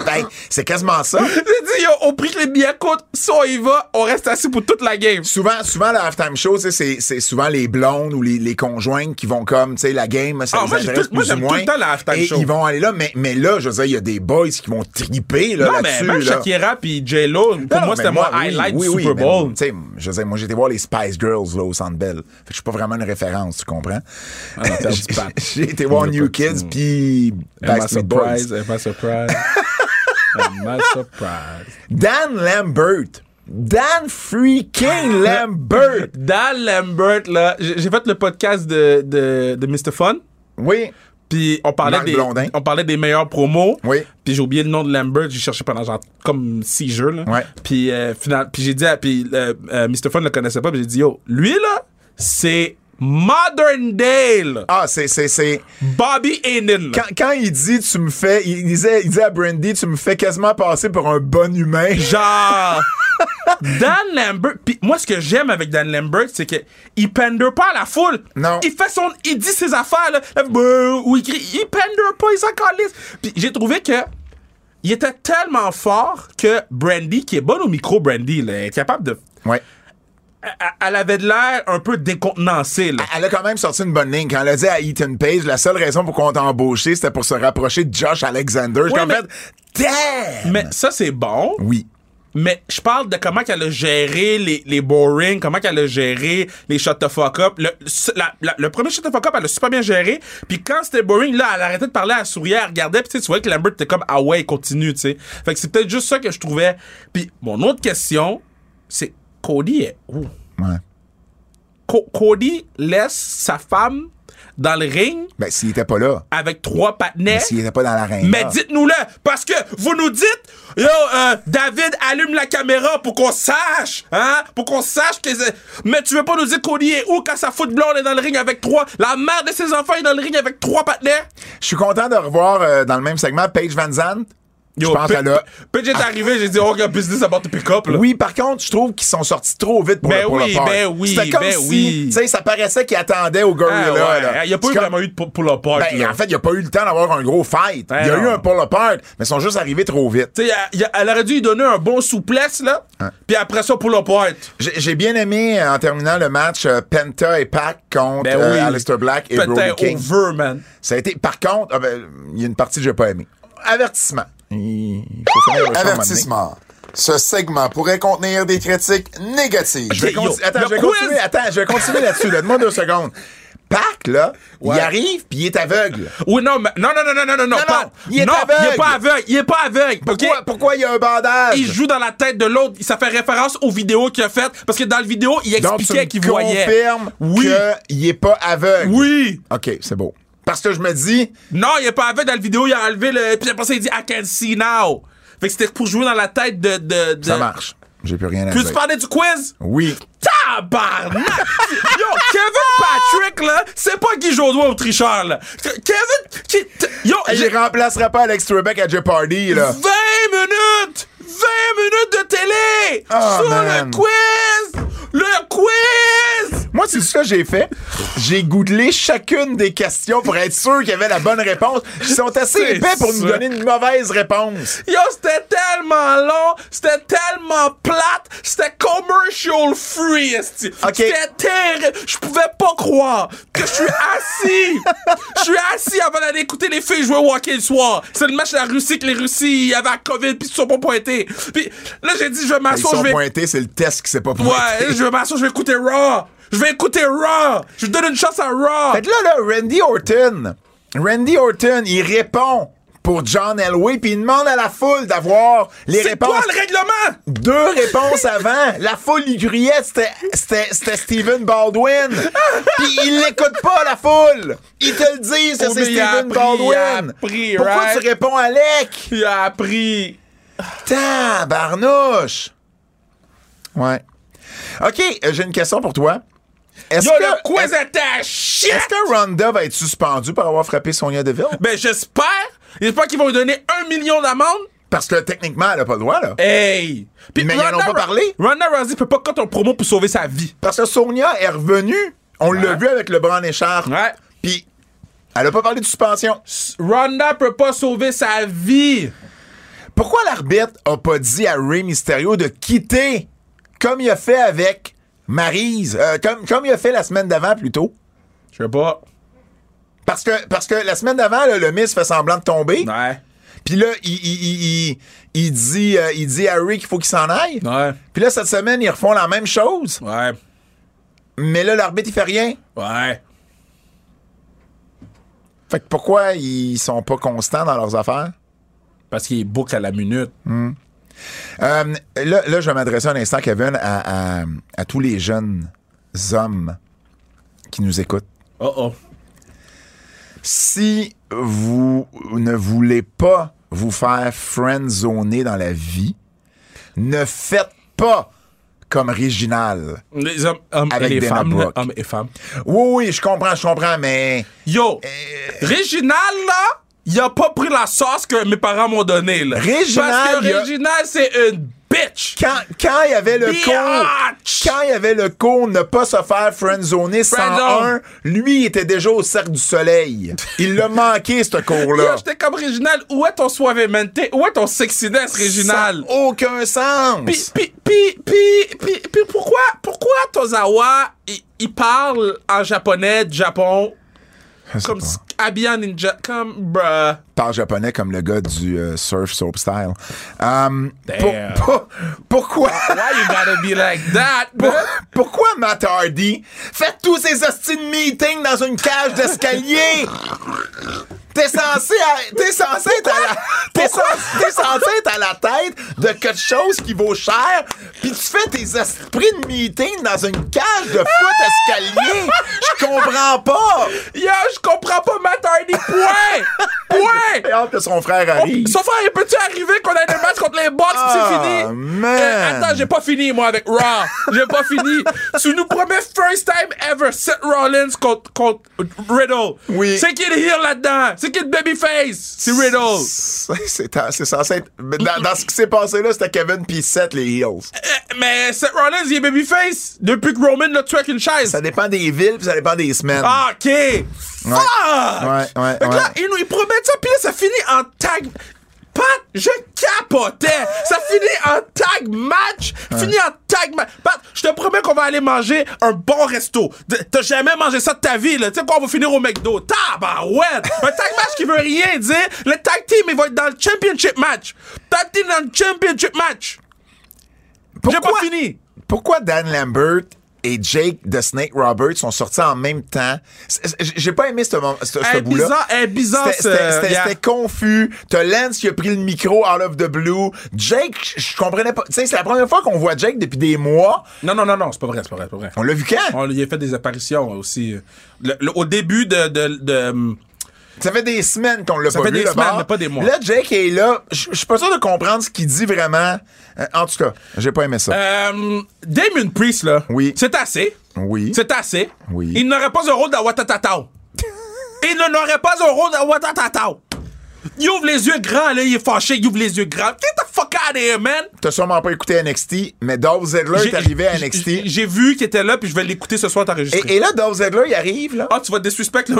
Speaker 2: Ben, c'est quasiment ça.
Speaker 3: J'ai dit, yo, au prix que les billets coûtent, si on y va, on reste assis pour toute la game.
Speaker 2: Souvent, souvent, le halftime show, tu sais, c'est, c'est souvent les blondes ou les, les conjointes qui vont comme, tu sais, la game, ça
Speaker 3: Ah,
Speaker 2: les
Speaker 3: moi, j'ai
Speaker 2: intéresse
Speaker 3: tout- moi,
Speaker 2: plus ou
Speaker 3: j'aime tout
Speaker 2: moins.
Speaker 3: le temps le halftime
Speaker 2: et
Speaker 3: show.
Speaker 2: ils vont aller là, mais, mais là, je veux dire, il y a des boys qui vont triper, là,
Speaker 3: Non, mais
Speaker 2: là-dessus,
Speaker 3: même
Speaker 2: là.
Speaker 3: Shakira puis J-Lo, pour
Speaker 2: Non,
Speaker 3: moi,
Speaker 2: mais
Speaker 3: c'était mon
Speaker 2: oui,
Speaker 3: highlight
Speaker 2: oui,
Speaker 3: du
Speaker 2: oui,
Speaker 3: Super
Speaker 2: mais,
Speaker 3: Bowl.
Speaker 2: Tu sais, je veux dire, moi, j'étais voir les Spice Girls, là, au Centre Bell. Fait que je suis pas vraiment une référence, tu comprends?
Speaker 3: on a perdu
Speaker 2: J'ai-
Speaker 3: Pat.
Speaker 2: J'ai été voir
Speaker 3: On a
Speaker 2: New
Speaker 3: perdu.
Speaker 2: Kids, puis
Speaker 3: Am I
Speaker 2: Backstreet Boys.
Speaker 3: surprised? Am I surprised? Am I surprised?
Speaker 2: Dan Lambert. Dan freaking Lambert.
Speaker 3: Dan Lambert, là, j'ai j'ai fait le podcast de, de, de Mr. Fun.
Speaker 2: Oui.
Speaker 3: Puis on parlait,
Speaker 2: Marc
Speaker 3: des,
Speaker 2: Blondin.
Speaker 3: on parlait des meilleurs promos.
Speaker 2: Oui.
Speaker 3: Puis j'ai oublié le nom de Lambert. J'ai cherché pendant genre comme six jours. Là.
Speaker 2: Ouais.
Speaker 3: Puis, euh, final, puis j'ai dit à puis, euh, euh, Mr. Fun le connaissait pas. Puis j'ai dit, yo, lui là, c'est Modern Day. là.
Speaker 2: Ah, c'est, c'est, c'est.
Speaker 3: Bobby Heenan. là.
Speaker 2: Quand, quand il dit tu me fais, il disait, il dit à Brandy, tu me fais quasiment passer pour un bon humain.
Speaker 3: Genre. Dan Lambert, pis moi ce que j'aime avec Dan Lambert, c'est que il pender pas à la foule.
Speaker 2: Non.
Speaker 3: Il fait son il dit ses affaires là, là, brrr, ou il crie, il pender pas, il s'en calisse. Puis j'ai trouvé que il était tellement fort que Brandy qui est bonne au micro Brandy là, elle est capable de
Speaker 2: Ouais.
Speaker 3: elle- elle avait de l'air un peu décontenancée là.
Speaker 2: Elle a quand même sorti une bonne ligne. Quand elle a dit à Ethan Page, la seule raison pour qu'on t'a embauché, c'était pour se rapprocher de Josh Alexander.
Speaker 3: Ouais,
Speaker 2: J'étais en
Speaker 3: mais-
Speaker 2: fait, damn!
Speaker 3: Mais ça c'est bon.
Speaker 2: Oui.
Speaker 3: Mais je parle de comment qu'elle a géré les, les boring, comment qu'elle a géré les shut the fuck up. Le, ce- la- la- le premier shut the fuck up, elle a super bien géré. Puis quand c'était boring, là, elle arrêtait de parler, elle souriait, elle regardait. Puis tu sais, tu voyais que Lambert était comme, ah ouais, il continue, tu sais. Fait que c'est peut-être juste ça que je trouvais. Puis mon autre question, c'est Cody est où?
Speaker 2: Ouais.
Speaker 3: Co- Cody laisse sa femme dans le ring
Speaker 2: Ben, s'il était pas là,
Speaker 3: avec trois patinets.
Speaker 2: s'il était pas dans l'arène.
Speaker 3: Eh? Mais dites-nous-le, parce que vous nous dites, yo, euh, David, allume la caméra pour qu'on sache, hein, pour qu'on sache que c'est- Mais tu veux pas nous dire Cody est où quand sa foot blonde est dans le ring avec trois, la mère de ses enfants est dans le ring avec trois partenaires?
Speaker 2: Je suis content de revoir euh, dans le même segment Paige Van Zandt. Je pense
Speaker 3: P-
Speaker 2: qu'elle a.
Speaker 3: P- PJ est arrivé, j'ai dit, oh, regarde, business about to pick up, là.
Speaker 2: Oui, par contre, je trouve qu'ils sont sortis trop vite pour
Speaker 3: Ben
Speaker 2: le pour
Speaker 3: oui,
Speaker 2: le party.
Speaker 3: ben oui,
Speaker 2: C'était comme
Speaker 3: ben
Speaker 2: si,
Speaker 3: oui.
Speaker 2: tu sais, ça paraissait qu'ils attendaient au gorilla.
Speaker 3: Ah, ouais,
Speaker 2: là.
Speaker 3: Il y a pas eu
Speaker 2: C'est comme-
Speaker 3: vraiment eu de pull- pull-up party,
Speaker 2: Ben,
Speaker 3: là.
Speaker 2: en fait, il n'y a pas eu le temps d'avoir un gros fight. Il
Speaker 3: Ah, Ben
Speaker 2: y a
Speaker 3: non.
Speaker 2: eu un pull apart, mais ils sont juste arrivés trop vite.
Speaker 3: Tu sais, il y a- elle aurait dû lui donner un bon souplesse, là.
Speaker 2: Hein.
Speaker 3: Puis après ça, pull-up party.
Speaker 2: J'ai j'ai bien aimé, euh, en terminant le match, euh, Penta et Pac contre
Speaker 3: Ben
Speaker 2: euh,
Speaker 3: oui.
Speaker 2: Aleister Black et Brody
Speaker 3: Peut-être
Speaker 2: King.
Speaker 3: over, man.
Speaker 2: Ça a été, par contre, ah ben, il y a une partie que j'ai pas aimée. Avertissement. Il- il faut finir le show à un moment donné.
Speaker 4: Avertissement.
Speaker 2: Ce segment pourrait contenir des critiques négatives. Je vais
Speaker 3: yo,
Speaker 2: conti- attends,
Speaker 3: le
Speaker 2: je vais
Speaker 3: quiz!
Speaker 2: continuer. Attends, je vais continuer là-dessus. Donne-moi deux secondes. Pac, là, il arrive puis il est aveugle.
Speaker 3: Oui, non, mais, non, non, non, non, non, non,
Speaker 2: non,
Speaker 3: non, pas-
Speaker 2: il est
Speaker 3: non, il
Speaker 2: aveugle.
Speaker 3: est pas aveugle, il est pas aveugle, ok?
Speaker 2: Pourquoi, pourquoi il y a un bandage?
Speaker 3: Il joue dans la tête de l'autre, ça fait référence aux vidéos qu'il a faites, parce que dans la vidéo, il
Speaker 2: Donc, tu
Speaker 3: expliquait
Speaker 2: me
Speaker 3: qu'il voyait.
Speaker 2: confirmes
Speaker 3: Oui.
Speaker 2: qu'il est pas aveugle.
Speaker 3: Oui!
Speaker 2: OK, c'est beau. Parce que je me dis,
Speaker 3: Non, il est pas aveugle dans la vidéo, il a enlevé le. Puis après ça, il dit I can see now. Fait que c'était pour jouer dans la tête de. de, de...
Speaker 2: ça marche. J'ai plus rien à
Speaker 3: Peux-tu
Speaker 2: dire.
Speaker 3: parler du quiz?
Speaker 2: Oui.
Speaker 3: Tabarnak! Yo, Kevin Patrick, là, c'est pas Guy Jodoin ou tricheur, là. Kevin, qui- t- yo,
Speaker 2: Je
Speaker 3: j'ai 20
Speaker 2: remplacerai pas Alex Trebek à Jeopardy, là.
Speaker 3: minutes! 20 minutes de télé!
Speaker 2: Oh,
Speaker 3: sur
Speaker 2: man.
Speaker 3: le quiz! Le quiz!
Speaker 2: Moi, c'est ce que j'ai fait. J'ai googlé chacune des questions pour être sûr qu'il y avait la bonne réponse. Ils sont assez
Speaker 3: C'est
Speaker 2: épais pour nous
Speaker 3: ça.
Speaker 2: donner une mauvaise réponse.
Speaker 3: Yo, c'était tellement long, c'était tellement plate, c'était commercial free, esti.
Speaker 2: Ok.
Speaker 3: C'était terrible. Je pouvais pas croire que je suis assis. Je suis assis avant d'aller écouter les filles jouer au hockey le soir. C'est le match de la Russie que les Russies, il y avait la COVID, puis ils se sont pas pointés. Puis là, j'ai dit, je vais
Speaker 2: Ils
Speaker 3: m'asseoir,
Speaker 2: sont
Speaker 3: je vais...
Speaker 2: pointés, c'est le test qui s'est pas pointé.
Speaker 3: Ouais, je vais m'asseoir, je vais écouter Raw. Je vais écouter Raw. Je donne une chance à Raw.
Speaker 2: Fait que là, là, Randy Orton, Randy Orton, il répond pour John Elway, puis il demande à la foule d'avoir les
Speaker 3: C'est
Speaker 2: réponses.
Speaker 3: quoi le règlement?
Speaker 2: Deux réponses avant. La foule, il criait, c'était- c'était c'était Stephen Baldwin. Puis il l'écoute pas, la foule. Ils te le disent que
Speaker 3: Oh,
Speaker 2: c'est
Speaker 3: mais il a
Speaker 2: Stephen
Speaker 3: appris, il a
Speaker 2: Baldwin.
Speaker 3: appris,
Speaker 2: Pourquoi
Speaker 3: right?
Speaker 2: tu réponds à Alec?
Speaker 3: Il a appris.
Speaker 2: Tabarnouche! Ouais. OK, euh, j'ai une question pour toi. Est-ce
Speaker 3: Yo,
Speaker 2: que,
Speaker 3: le quiz
Speaker 2: est
Speaker 3: était à chier.
Speaker 2: est-ce que Ronda va être suspendue pour avoir frappé Sonia Deville?
Speaker 3: Ben, j'espère. J'espère qu'ils vont lui donner un million d'amende.
Speaker 2: Parce que techniquement, elle a pas le droit, là.
Speaker 3: Hey! Puis
Speaker 2: Mais ils en ont pas parlé.
Speaker 3: Ronda Rousey peut pas coter un promo pour sauver sa vie.
Speaker 2: Parce que Sonia est revenue. On l'a
Speaker 3: Ouais.
Speaker 2: vu avec le bras en écharpe.
Speaker 3: Ouais.
Speaker 2: Puis, elle a pas parlé de suspension.
Speaker 3: Ronda peut pas sauver sa vie.
Speaker 2: Pourquoi l'arbitre a pas dit à Ray Mysterio de quitter comme il a fait avec Maryse, euh, comme, comme il a fait la semaine d'avant plutôt?
Speaker 3: Je sais pas.
Speaker 2: Parce que, parce que la semaine d'avant, là, le Miss fait semblant de tomber.
Speaker 3: Ouais.
Speaker 2: Puis là, il, il- il- il- il dit, euh, il dit à Ray qu'il faut qu'il s'en aille.
Speaker 3: Ouais.
Speaker 2: Puis là, cette semaine, ils refont la même chose.
Speaker 3: Ouais.
Speaker 2: Mais là, l'arbitre, il fait rien.
Speaker 3: Ouais.
Speaker 2: Fait que pourquoi ils sont pas constants dans leurs affaires?
Speaker 3: Parce qu'il est book à la minute.
Speaker 2: Euh, là, là, je vais m'adresser un instant, Kevin, à, à- à tous les jeunes hommes qui nous écoutent.
Speaker 3: Oh oh.
Speaker 2: Si vous ne voulez pas vous faire friendzoner dans la vie, ne faites pas comme Réginal.
Speaker 3: Les hommes, hommes
Speaker 2: Avec
Speaker 3: et les
Speaker 2: Dana
Speaker 3: femmes.
Speaker 2: Brooke.
Speaker 3: Hommes et femmes.
Speaker 2: Oui, oui, je comprends, je comprends, mais...
Speaker 3: Yo!
Speaker 2: Euh.
Speaker 3: Réginal, là, il a pas pris la sauce que mes parents m'ont donnée, là.
Speaker 2: Réginald,
Speaker 3: Parce
Speaker 2: il
Speaker 3: que
Speaker 2: a-
Speaker 3: Réginal, c'est une bitch.
Speaker 2: Quand, quand il y avait le
Speaker 3: Biatch!
Speaker 2: cours, quand il y avait le cours, ne pas se faire friendzoner
Speaker 3: Friendzone.
Speaker 2: 101, lui il était déjà au cercle du soleil. Il l'a manqué ce
Speaker 3: Yo,
Speaker 2: cours-là.
Speaker 3: j'étais comme Réginal. Où est ton suavemente? Où est ton sexiness, Réginal?
Speaker 2: Ça oh, a aucun sens.
Speaker 3: Puis, puis, puis, puis, puis, puis pourquoi, pourquoi Tozawa, il, il parle en japonais du Japon,
Speaker 2: Je sais
Speaker 3: comme
Speaker 2: pas.
Speaker 3: s- habillé en ninja, comme, bruh.
Speaker 2: Parle japonais comme le gars du euh, surf soap style. Um, pour-
Speaker 3: Damn.
Speaker 2: pour- pourquoi?
Speaker 3: Why you gotta be like that, bruh?
Speaker 2: Pourquoi Matt Hardy fait tous ces hosties de meetings dans une cage d'escalier? T'es censé, à- t'es censé être à la, t'es censé, t'es censé être à la tête de quelque chose qui vaut cher, puis tu fais tes esprits de meeting dans une cage de foot escalier. Je comprends pas.
Speaker 3: Yo, je comprends pas Matt Hardy, point!
Speaker 2: J'ai
Speaker 3: Point!
Speaker 2: hâte que Oh, son frère
Speaker 3: On-
Speaker 2: arrive.
Speaker 3: Sauf frère, peut-tu arriver qu'on ait des matchs contre les bots
Speaker 2: Ah,
Speaker 3: c'est fini?
Speaker 2: man.
Speaker 3: Eh, attends, j'ai pas fini, moi, avec Raw. J'ai pas fini. tu nous promets first time ever Seth Rollins contre, contre Riddle.
Speaker 2: Oui.
Speaker 3: C'est qui le heel là-dedans? C'est qui le babyface? C'est Riddle.
Speaker 2: C'est- C'est c'est censé être. mais Dans, dans ce qui s'est passé là, c'était Kevin puis Seth, les Heels.
Speaker 3: Eh, Mais Seth Rollins, il est babyface depuis que Roman l'a tué avec une chaise.
Speaker 2: Ça dépend des villes puis ça dépend des semaines.
Speaker 3: Ah, OK.
Speaker 2: Ouais,
Speaker 3: Fuck!
Speaker 2: ouais,
Speaker 3: Fait que là,
Speaker 2: ouais.
Speaker 3: ils nous ils promettent ça, puis là, ça finit en tag... Pat, je capotais! Ça finit en tag match! Fini en tag match! Pat, je te promets qu'on va aller manger un bon resto. De- T'as jamais mangé ça de ta vie, là. Tu sais quoi, on va finir au McDo. Tabarouette! Un tag match qui veut rien dire. Le tag team, il va être dans le championship match. Tag team dans le championship match. J'ai pas fini.
Speaker 2: Pourquoi Dan Lambert et Jake de Snake Roberts sont sortis en même temps? C'est- c'est- J'ai pas aimé ce, moment- ce, ce
Speaker 3: Elle est
Speaker 2: bout-là.
Speaker 3: Eh, bizarre, elle est bizarre,
Speaker 2: C'était-
Speaker 3: ce-
Speaker 2: C'était c'était-
Speaker 3: yeah.
Speaker 2: c'était confus. T'as Lance qui a pris le micro out of the blue. Jake, je je comprenais pas. Tu sais, c'est la première fois qu'on voit Jake depuis des mois.
Speaker 3: Non, non, non, non, c'est pas vrai, c'est pas vrai, c'est pas vrai.
Speaker 2: On l'a vu quand?
Speaker 3: On lui a fait des apparitions aussi. Le- le- au début de, de, de-
Speaker 2: Ça fait des semaines qu'on l'a pas
Speaker 3: fait
Speaker 2: vu.
Speaker 3: des
Speaker 2: là-bas.
Speaker 3: semaines, mais pas des mois.
Speaker 2: Là, Jake est là. Je je suis pas sûr de comprendre ce qu'il dit vraiment. Euh, En tout cas, j'ai pas aimé ça.
Speaker 3: Euh, Damien Priest, là.
Speaker 2: Oui.
Speaker 3: C'est assez.
Speaker 2: Oui.
Speaker 3: C'est assez.
Speaker 2: Oui.
Speaker 3: Il n'aurait pas un rôle dans Watatatao. il ne- n'aurait pas un rôle dans Watatatao. Il ouvre les yeux grands, là, il est fâché, il ouvre les yeux grands. Get the fuck out of here, man!
Speaker 2: T'as sûrement pas écouté NXT, mais Dolph Ziggler est
Speaker 3: J'ai-
Speaker 2: arrivé à
Speaker 3: j'ai-
Speaker 2: NXT.
Speaker 3: j'ai- J'ai vu qu'il était là, puis je vais l'écouter ce soir t'enregistrer.
Speaker 2: Et, et là, Dolph Ziggler, il arrive, là.
Speaker 3: Ah, tu vas te disrespect, là.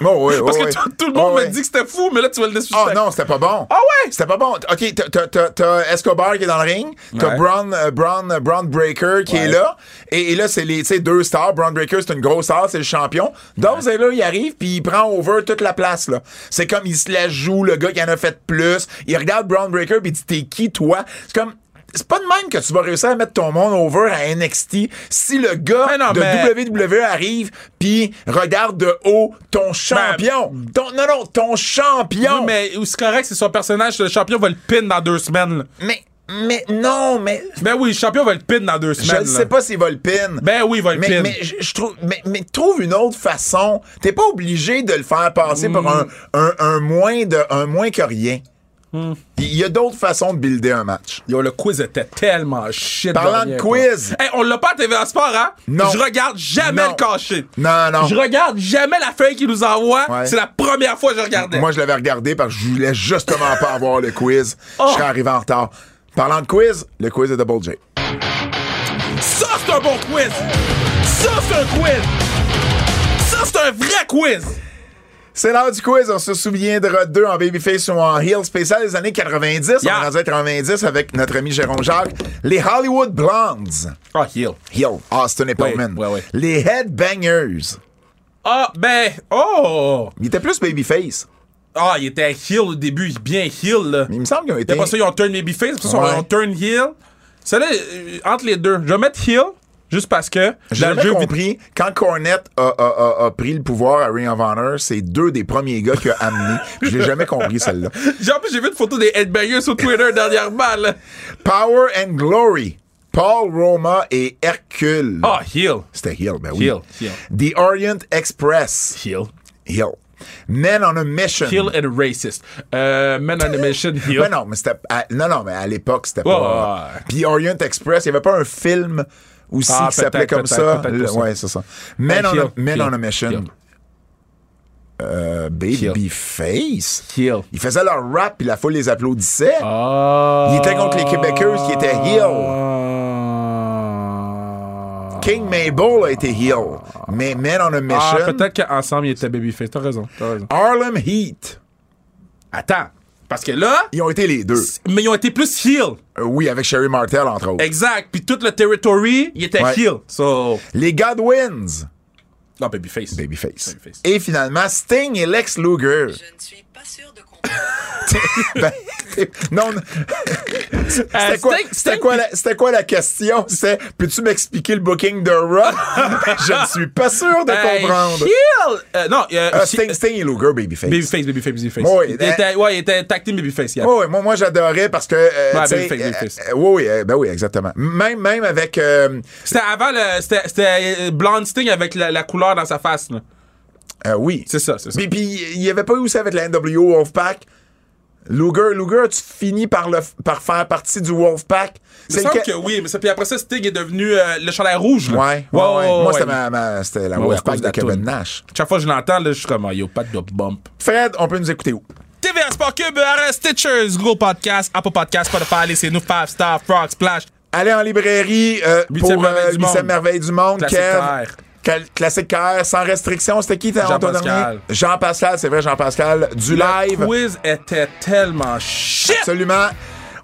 Speaker 2: Oh, ouais,
Speaker 3: Parce
Speaker 2: oh,
Speaker 3: que
Speaker 2: ouais.
Speaker 3: tout, tout le monde
Speaker 2: Oh,
Speaker 3: m'a
Speaker 2: ouais.
Speaker 3: dit que c'était fou, mais là, tu vas le disrespect.
Speaker 2: Ah non, c'était pas bon.
Speaker 3: Ah ouais?
Speaker 2: C'était pas bon. OK, t'as- t'as- t'as t'as Escobar qui est dans le ring, t'as
Speaker 3: Ouais.
Speaker 2: Braun, euh, Braun, euh, Braun Breaker qui est là, et, et là, c'est les tu sais, deux stars. Braun Breaker, c'est une grosse star, c'est le champion. Donc, c'est là, il arrive, puis il prend over toute la place, là. C'est comme, il se la joue, le gars qui en a fait plus. Il regarde Braun Breaker, puis il dit, t'es qui, toi? C'est comme... C'est pas de même que tu vas réussir à mettre ton monde over à NXT si le gars
Speaker 3: Mais non,
Speaker 2: de
Speaker 3: mais-
Speaker 2: WWE arrive puis regarde de haut ton champion. Ton- non, non, ton champion.
Speaker 3: Oui, mais c'est correct, c'est son personnage, le champion va le pin dans deux semaines. là.
Speaker 2: Mais, mais non, mais
Speaker 3: Ben oui, le champion va le pin dans deux
Speaker 2: je
Speaker 3: semaines.
Speaker 2: ne
Speaker 3: là.
Speaker 2: sais pas s'il va le pin.
Speaker 3: Ben oui, il va le
Speaker 2: mais,
Speaker 3: pin.
Speaker 2: mais je, je trouve, mais, mais trouve une autre façon. T'es pas obligé de le faire passer par
Speaker 3: Mm.
Speaker 2: un, un, un moins de, un moins que rien.
Speaker 3: Mm.
Speaker 2: Il y a d'autres façons de builder un match.
Speaker 3: Yo, le quiz était tellement shit.
Speaker 2: Parlant
Speaker 3: dernier,
Speaker 2: de
Speaker 3: quoi.
Speaker 2: quiz.
Speaker 3: Hey, on l'a pas à TVA Sport, hein?
Speaker 2: Non.
Speaker 3: Je regarde jamais
Speaker 2: Non.
Speaker 3: le cachet.
Speaker 2: Non, non.
Speaker 3: Je regarde jamais la feuille qu'ils nous envoie.
Speaker 2: Ouais.
Speaker 3: C'est la première fois que je regardais.
Speaker 2: Moi, je l'avais regardé parce que je voulais justement pas avoir le quiz.
Speaker 3: Oh.
Speaker 2: Je serais arrivé en retard. Parlant de quiz, le quiz de Double J.
Speaker 3: Ça, c'est un bon quiz. Ça, c'est un quiz. Ça, c'est un vrai quiz.
Speaker 2: C'est l'heure du quiz. On se souviendra d'eux en Babyface ou en Heel spécial des années 90.
Speaker 3: Yeah.
Speaker 2: On est rendu à 90 avec notre ami Jérôme Jacques. Les Hollywood Blondes.
Speaker 3: Ah, heal.
Speaker 2: Heel, Austin et Pullman.
Speaker 3: ouais, ouais.
Speaker 2: Les Headbangers.
Speaker 3: Ah, ben, oh.
Speaker 2: Ils étaient plus Babyface.
Speaker 3: Ah, il était heal au début, bien heal, là.
Speaker 2: Mais il me semble qu'ils ont été.
Speaker 3: Après ça, ils ont turn babyface, après ça,
Speaker 2: Ben, Ouais.
Speaker 3: ils ont turn heel. Celle-là, euh, entre les deux, je vais mettre heel, juste parce que...
Speaker 2: J'ai
Speaker 3: dans le
Speaker 2: jamais
Speaker 3: jeu vid-
Speaker 2: compris, quand Cornette a, a- a- a pris le pouvoir à Ring of Honor, c'est deux des premiers gars qu'il a amenés. Je l'ai jamais compris, celle-là.
Speaker 3: Genre, en plus, j'ai vu une photo des headbangers sur Twitter dernièrement, là.
Speaker 2: Power and Glory. Paul Roma et Hercule.
Speaker 3: Ah, heel.
Speaker 2: C'était Hill, ben oui.
Speaker 3: Heel, heel.
Speaker 2: The Orient Express.
Speaker 3: Heel.
Speaker 2: Hill. Men on a Mission.
Speaker 3: Heel and racist. Euh, men on a mission, heel.
Speaker 2: Ben non, mais c'était. à- non, non, mais à l'époque, c'était
Speaker 3: ouais,
Speaker 2: pas.
Speaker 3: ouais.
Speaker 2: Puis Orient Express, il n'y avait pas un film aussi
Speaker 3: Ah,
Speaker 2: qui s'appelait
Speaker 3: peut-être,
Speaker 2: comme
Speaker 3: peut-être,
Speaker 2: ça.
Speaker 3: peut-être
Speaker 2: Le-
Speaker 3: pour ça.
Speaker 2: ouais, c'est ça. Men,
Speaker 3: Ben,
Speaker 2: on, a,
Speaker 3: heel,
Speaker 2: Men
Speaker 3: heel,
Speaker 2: on a Mission.
Speaker 3: heel.
Speaker 2: Euh, Babyface.
Speaker 3: Heel.
Speaker 2: Ils faisaient leur rap, puis la foule les applaudissait.
Speaker 3: Ah.
Speaker 2: Ils étaient contre les Québécois qui étaient heel.
Speaker 3: Euh, Ah.
Speaker 2: King Mabel a été heel. Mais Men on a
Speaker 3: Ah,
Speaker 2: Mission. Ah.
Speaker 3: peut-être qu'ensemble, ils étaient babyface. T'as raison, t'as raison.
Speaker 2: Harlem Heat.
Speaker 3: Attends, parce que là,
Speaker 2: Ils ont été les deux.
Speaker 3: mais ils ont été plus heel.
Speaker 2: Euh, oui, avec Sherry Martel, entre autres.
Speaker 3: Exact. Puis tout le territory, il était
Speaker 2: Ouais.
Speaker 3: heel. So...
Speaker 2: Les Godwins.
Speaker 3: Non, babyface.
Speaker 2: Babyface.
Speaker 3: Babyface.
Speaker 2: Et finalement, Sting et Lex Luger.
Speaker 1: Je ne suis pas sûr de comprendre.
Speaker 2: Ben, non, non. c'était quoi,
Speaker 3: Euh, Sting-
Speaker 2: c'était
Speaker 3: Sting-
Speaker 2: quoi la, c'était quoi la question? C'était, peux-tu m'expliquer le booking de Raw? Je ne suis pas sûr de
Speaker 3: Euh,
Speaker 2: comprendre.
Speaker 3: heel! Euh, non, euh,
Speaker 2: Ah,
Speaker 3: he-
Speaker 2: Sting, Sting et Luger, Babyface.
Speaker 3: Babyface, Babyface, Babyface.
Speaker 2: Ouais,
Speaker 3: il,
Speaker 2: euh,
Speaker 3: était, ouais, il était tag team Babyface. yeah.
Speaker 2: Ouais, ouais, moi, moi j'adorais parce que. euh,
Speaker 3: Ouais,
Speaker 2: tu sais,
Speaker 3: Babyface, Babyface.
Speaker 2: euh, euh, oui, oui, euh, ben oui, exactement. Même, même avec. euh,
Speaker 3: C'était avant le. C'était, c'était euh, Blonde Sting avec la, la couleur dans sa face. Là.
Speaker 2: euh, oui.
Speaker 3: C'est ça, c'est ça.
Speaker 2: Puis, puis, il n'y avait pas eu aussi avec la NWO Wolfpack. Luger, Luger, tu finis par, le, par faire partie du Wolfpack.
Speaker 3: Il me semble que oui, mais ça, puis après ça, Sting est devenu euh, le chandail rouge. Là.
Speaker 2: Ouais, ouais, ouais. Moi, c'était
Speaker 3: ouais.
Speaker 2: ma- ma- c'était la
Speaker 3: Ouais, à
Speaker 2: Wolfpack
Speaker 3: cause
Speaker 2: de
Speaker 3: de la
Speaker 2: Kevin
Speaker 3: toune.
Speaker 2: Nash.
Speaker 3: Chaque fois que je l'entends, là, je suis comme, ah, yo, pas de bump.
Speaker 2: Fred, on peut nous écouter où?
Speaker 3: TVA Sport Cube, RS, Stitchers, Google Podcast, Apple Podcast, Spotify, laissez-nous 5 stars, Frog Splash.
Speaker 2: Allez en librairie euh,
Speaker 3: Huitième
Speaker 2: pour
Speaker 3: merveille
Speaker 2: euh,
Speaker 3: du
Speaker 2: Huitième
Speaker 3: monde.
Speaker 2: merveille du monde.
Speaker 3: Classique
Speaker 2: Kev.
Speaker 3: R.
Speaker 2: Quel- Classique R, sans restriction. C'était qui, ton ton
Speaker 3: Jean-Pascal.
Speaker 2: dernier? Jean-Pascal, c'est vrai, Jean-Pascal, du live.
Speaker 3: Le quiz était tellement shit!
Speaker 2: Absolument.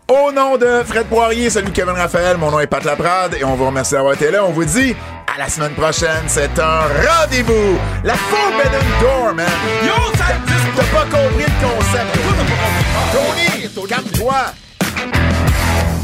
Speaker 2: Au nom de Fred Poirier, celui de Kevin Raphaël, mon nom est Pat Laprade et on vous remercie d'avoir été là. On vous dit à la semaine prochaine. C'est un rendez-vous. La Forbidden Door, man.
Speaker 3: Yo, ça existe Ah,
Speaker 2: T'as pas compris le concept.
Speaker 3: pas!
Speaker 2: Tony, calme-toi.